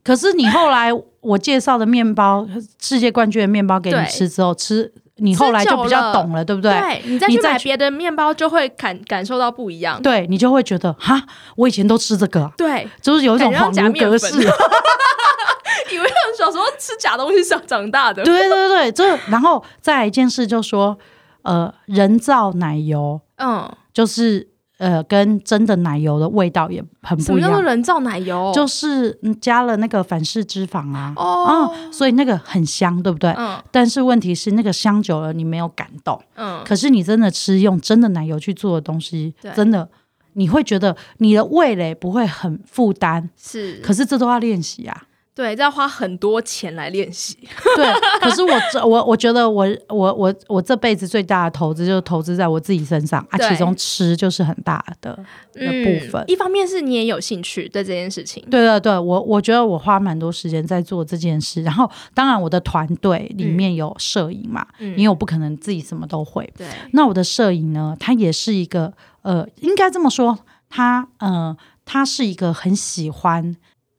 [SPEAKER 2] 可是你后来我介绍的面包，世界冠军的面包给你
[SPEAKER 1] 对
[SPEAKER 2] 吃之后，吃你后来就比较懂了，对 不对？
[SPEAKER 1] 你再
[SPEAKER 2] 你
[SPEAKER 1] 去
[SPEAKER 2] 再
[SPEAKER 1] 买
[SPEAKER 2] 去
[SPEAKER 1] 别的面包就会感感受到不一样。
[SPEAKER 2] 对你就会觉得哈，我以前都吃这个啊，
[SPEAKER 1] 对，
[SPEAKER 2] 就是有一种
[SPEAKER 1] 感觉像
[SPEAKER 2] 恍
[SPEAKER 1] 假
[SPEAKER 2] 如
[SPEAKER 1] 面
[SPEAKER 2] 隔世
[SPEAKER 1] 粉。以为他们小时候吃假东西是长大的。
[SPEAKER 2] 对对对，这然后再来一件事，就说呃，人造奶油
[SPEAKER 1] 嗯，
[SPEAKER 2] 就是呃，跟真的奶油的味道也很
[SPEAKER 1] 什
[SPEAKER 2] 不
[SPEAKER 1] 么
[SPEAKER 2] 一
[SPEAKER 1] 叫做
[SPEAKER 2] 样，
[SPEAKER 1] 人造奶油？
[SPEAKER 2] 就是嗯加了那个反式脂肪啊，
[SPEAKER 1] 哦，
[SPEAKER 2] 啊，所以那个很香，对不对？
[SPEAKER 1] 嗯
[SPEAKER 2] 但是问题是，那个香久了你没有感动，
[SPEAKER 1] 嗯，
[SPEAKER 2] 可是你真的吃用真的奶油去做的东西
[SPEAKER 1] 对，
[SPEAKER 2] 真的你会觉得你的味蕾不会很负担。
[SPEAKER 1] 是，
[SPEAKER 2] 可是这都要练习啊，
[SPEAKER 1] 对，这要花很多钱来练习。
[SPEAKER 2] 对，可是我这我我觉得我我我我这辈子最大的投资就是投资在我自己身上啊，
[SPEAKER 1] 对嗯
[SPEAKER 2] 其中吃就是很大的。的部分
[SPEAKER 1] 一方面是你也有兴趣对这件事情，
[SPEAKER 2] 对对对，我我觉得我花蛮多时间在做这件事，然后当然我的团队里面有摄影嘛，
[SPEAKER 1] 嗯
[SPEAKER 2] 因为我不可能自己什么都会。
[SPEAKER 1] 对，
[SPEAKER 2] 那我的摄影呢，它也是一个呃，应该这么说，他呃，他是一个很喜欢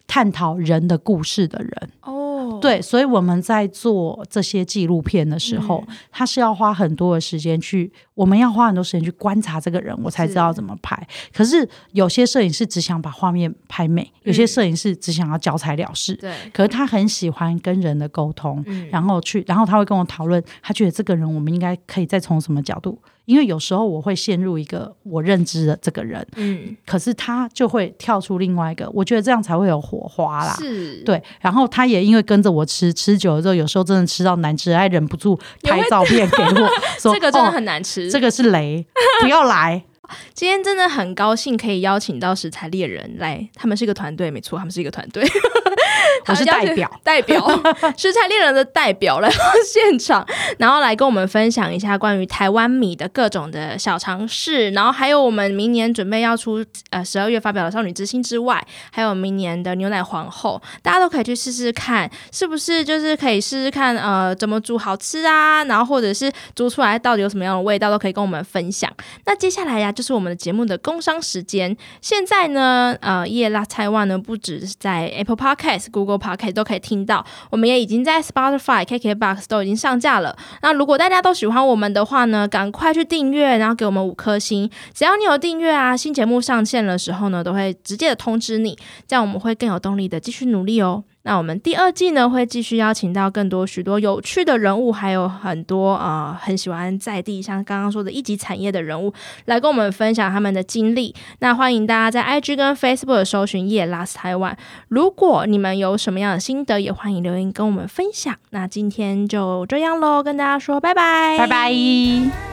[SPEAKER 2] 探讨人的故事的人。
[SPEAKER 1] 哦，
[SPEAKER 2] 对，所以我们在做这些纪录片的时候，
[SPEAKER 1] 嗯
[SPEAKER 2] 他是要花很多的时间去，我们要花很多时间去观察这个人，我才知道怎么拍。可是有些摄影师只想把画面拍美，有些
[SPEAKER 1] 嗯
[SPEAKER 2] 摄影师只想要脚踩了事。
[SPEAKER 1] 对，
[SPEAKER 2] 可是他很喜欢跟人的沟通，
[SPEAKER 1] 嗯
[SPEAKER 2] 然后去，然后他会跟我讨论，他觉得这个人我们应该可以再从什么角度，因为有时候我会陷入一个我认知的这个人，
[SPEAKER 1] 嗯，
[SPEAKER 2] 可是他就会跳出另外一个，我觉得这样才会有火花啦。
[SPEAKER 1] 是，
[SPEAKER 2] 对，然后他也因为跟着我吃，吃久了之后，有时候真的吃到难吃，还忍不住
[SPEAKER 1] 也
[SPEAKER 2] 拍
[SPEAKER 1] 会
[SPEAKER 2] 照片 给我，说
[SPEAKER 1] 这个真的、
[SPEAKER 2] 哦
[SPEAKER 1] 很难吃。
[SPEAKER 2] 这个是雷，不要 来。
[SPEAKER 1] 今天真的很高兴可以邀请到食材猎人来，他们是一个团队，没错，他们是一个团队。
[SPEAKER 2] 我是
[SPEAKER 1] 他们
[SPEAKER 2] 代
[SPEAKER 1] 邀请
[SPEAKER 2] 表，
[SPEAKER 1] 代表食材猎人的代表来到现场，然后来跟我们分享一下关于台湾米的各种的小尝试，然后还有我们明年准备要出呃十二月发表的《少女之心》之外，还有明年的牛奶皇后，大家都可以去试试看，是不是就是可以试试看呃怎么煮好吃啊，然后或者是煮出来到底有什么样的味道，都可以跟我们分享。那接下来呀、就是我们的节目的工商时间，现在呢，呃，夜拉台湾呢，不止是在 Apple Podcast、Google Podcast 都可以听到，我们也已经在 Spotify、KKBox 都已经上架了。那如果大家都喜欢我们的话呢，赶快去订阅，然后给我们五颗星。只要你有订阅啊，新节目上线的时候呢，都会直接的通知你，这样我们会更有动力的继续努力哦。那我们第二季呢，会继续邀请到更多许多有趣的人物，还有很多啊、呃很喜欢在地，像刚刚说的一级产业的人物，来跟我们分享他们的经历。那欢迎大家在 IG 跟 Facebook 搜寻夜 Last Taiwan。如果你们有什么样的心得，也欢迎留言跟我们分享。那今天就这样喽，跟大家说拜拜，
[SPEAKER 2] 拜拜。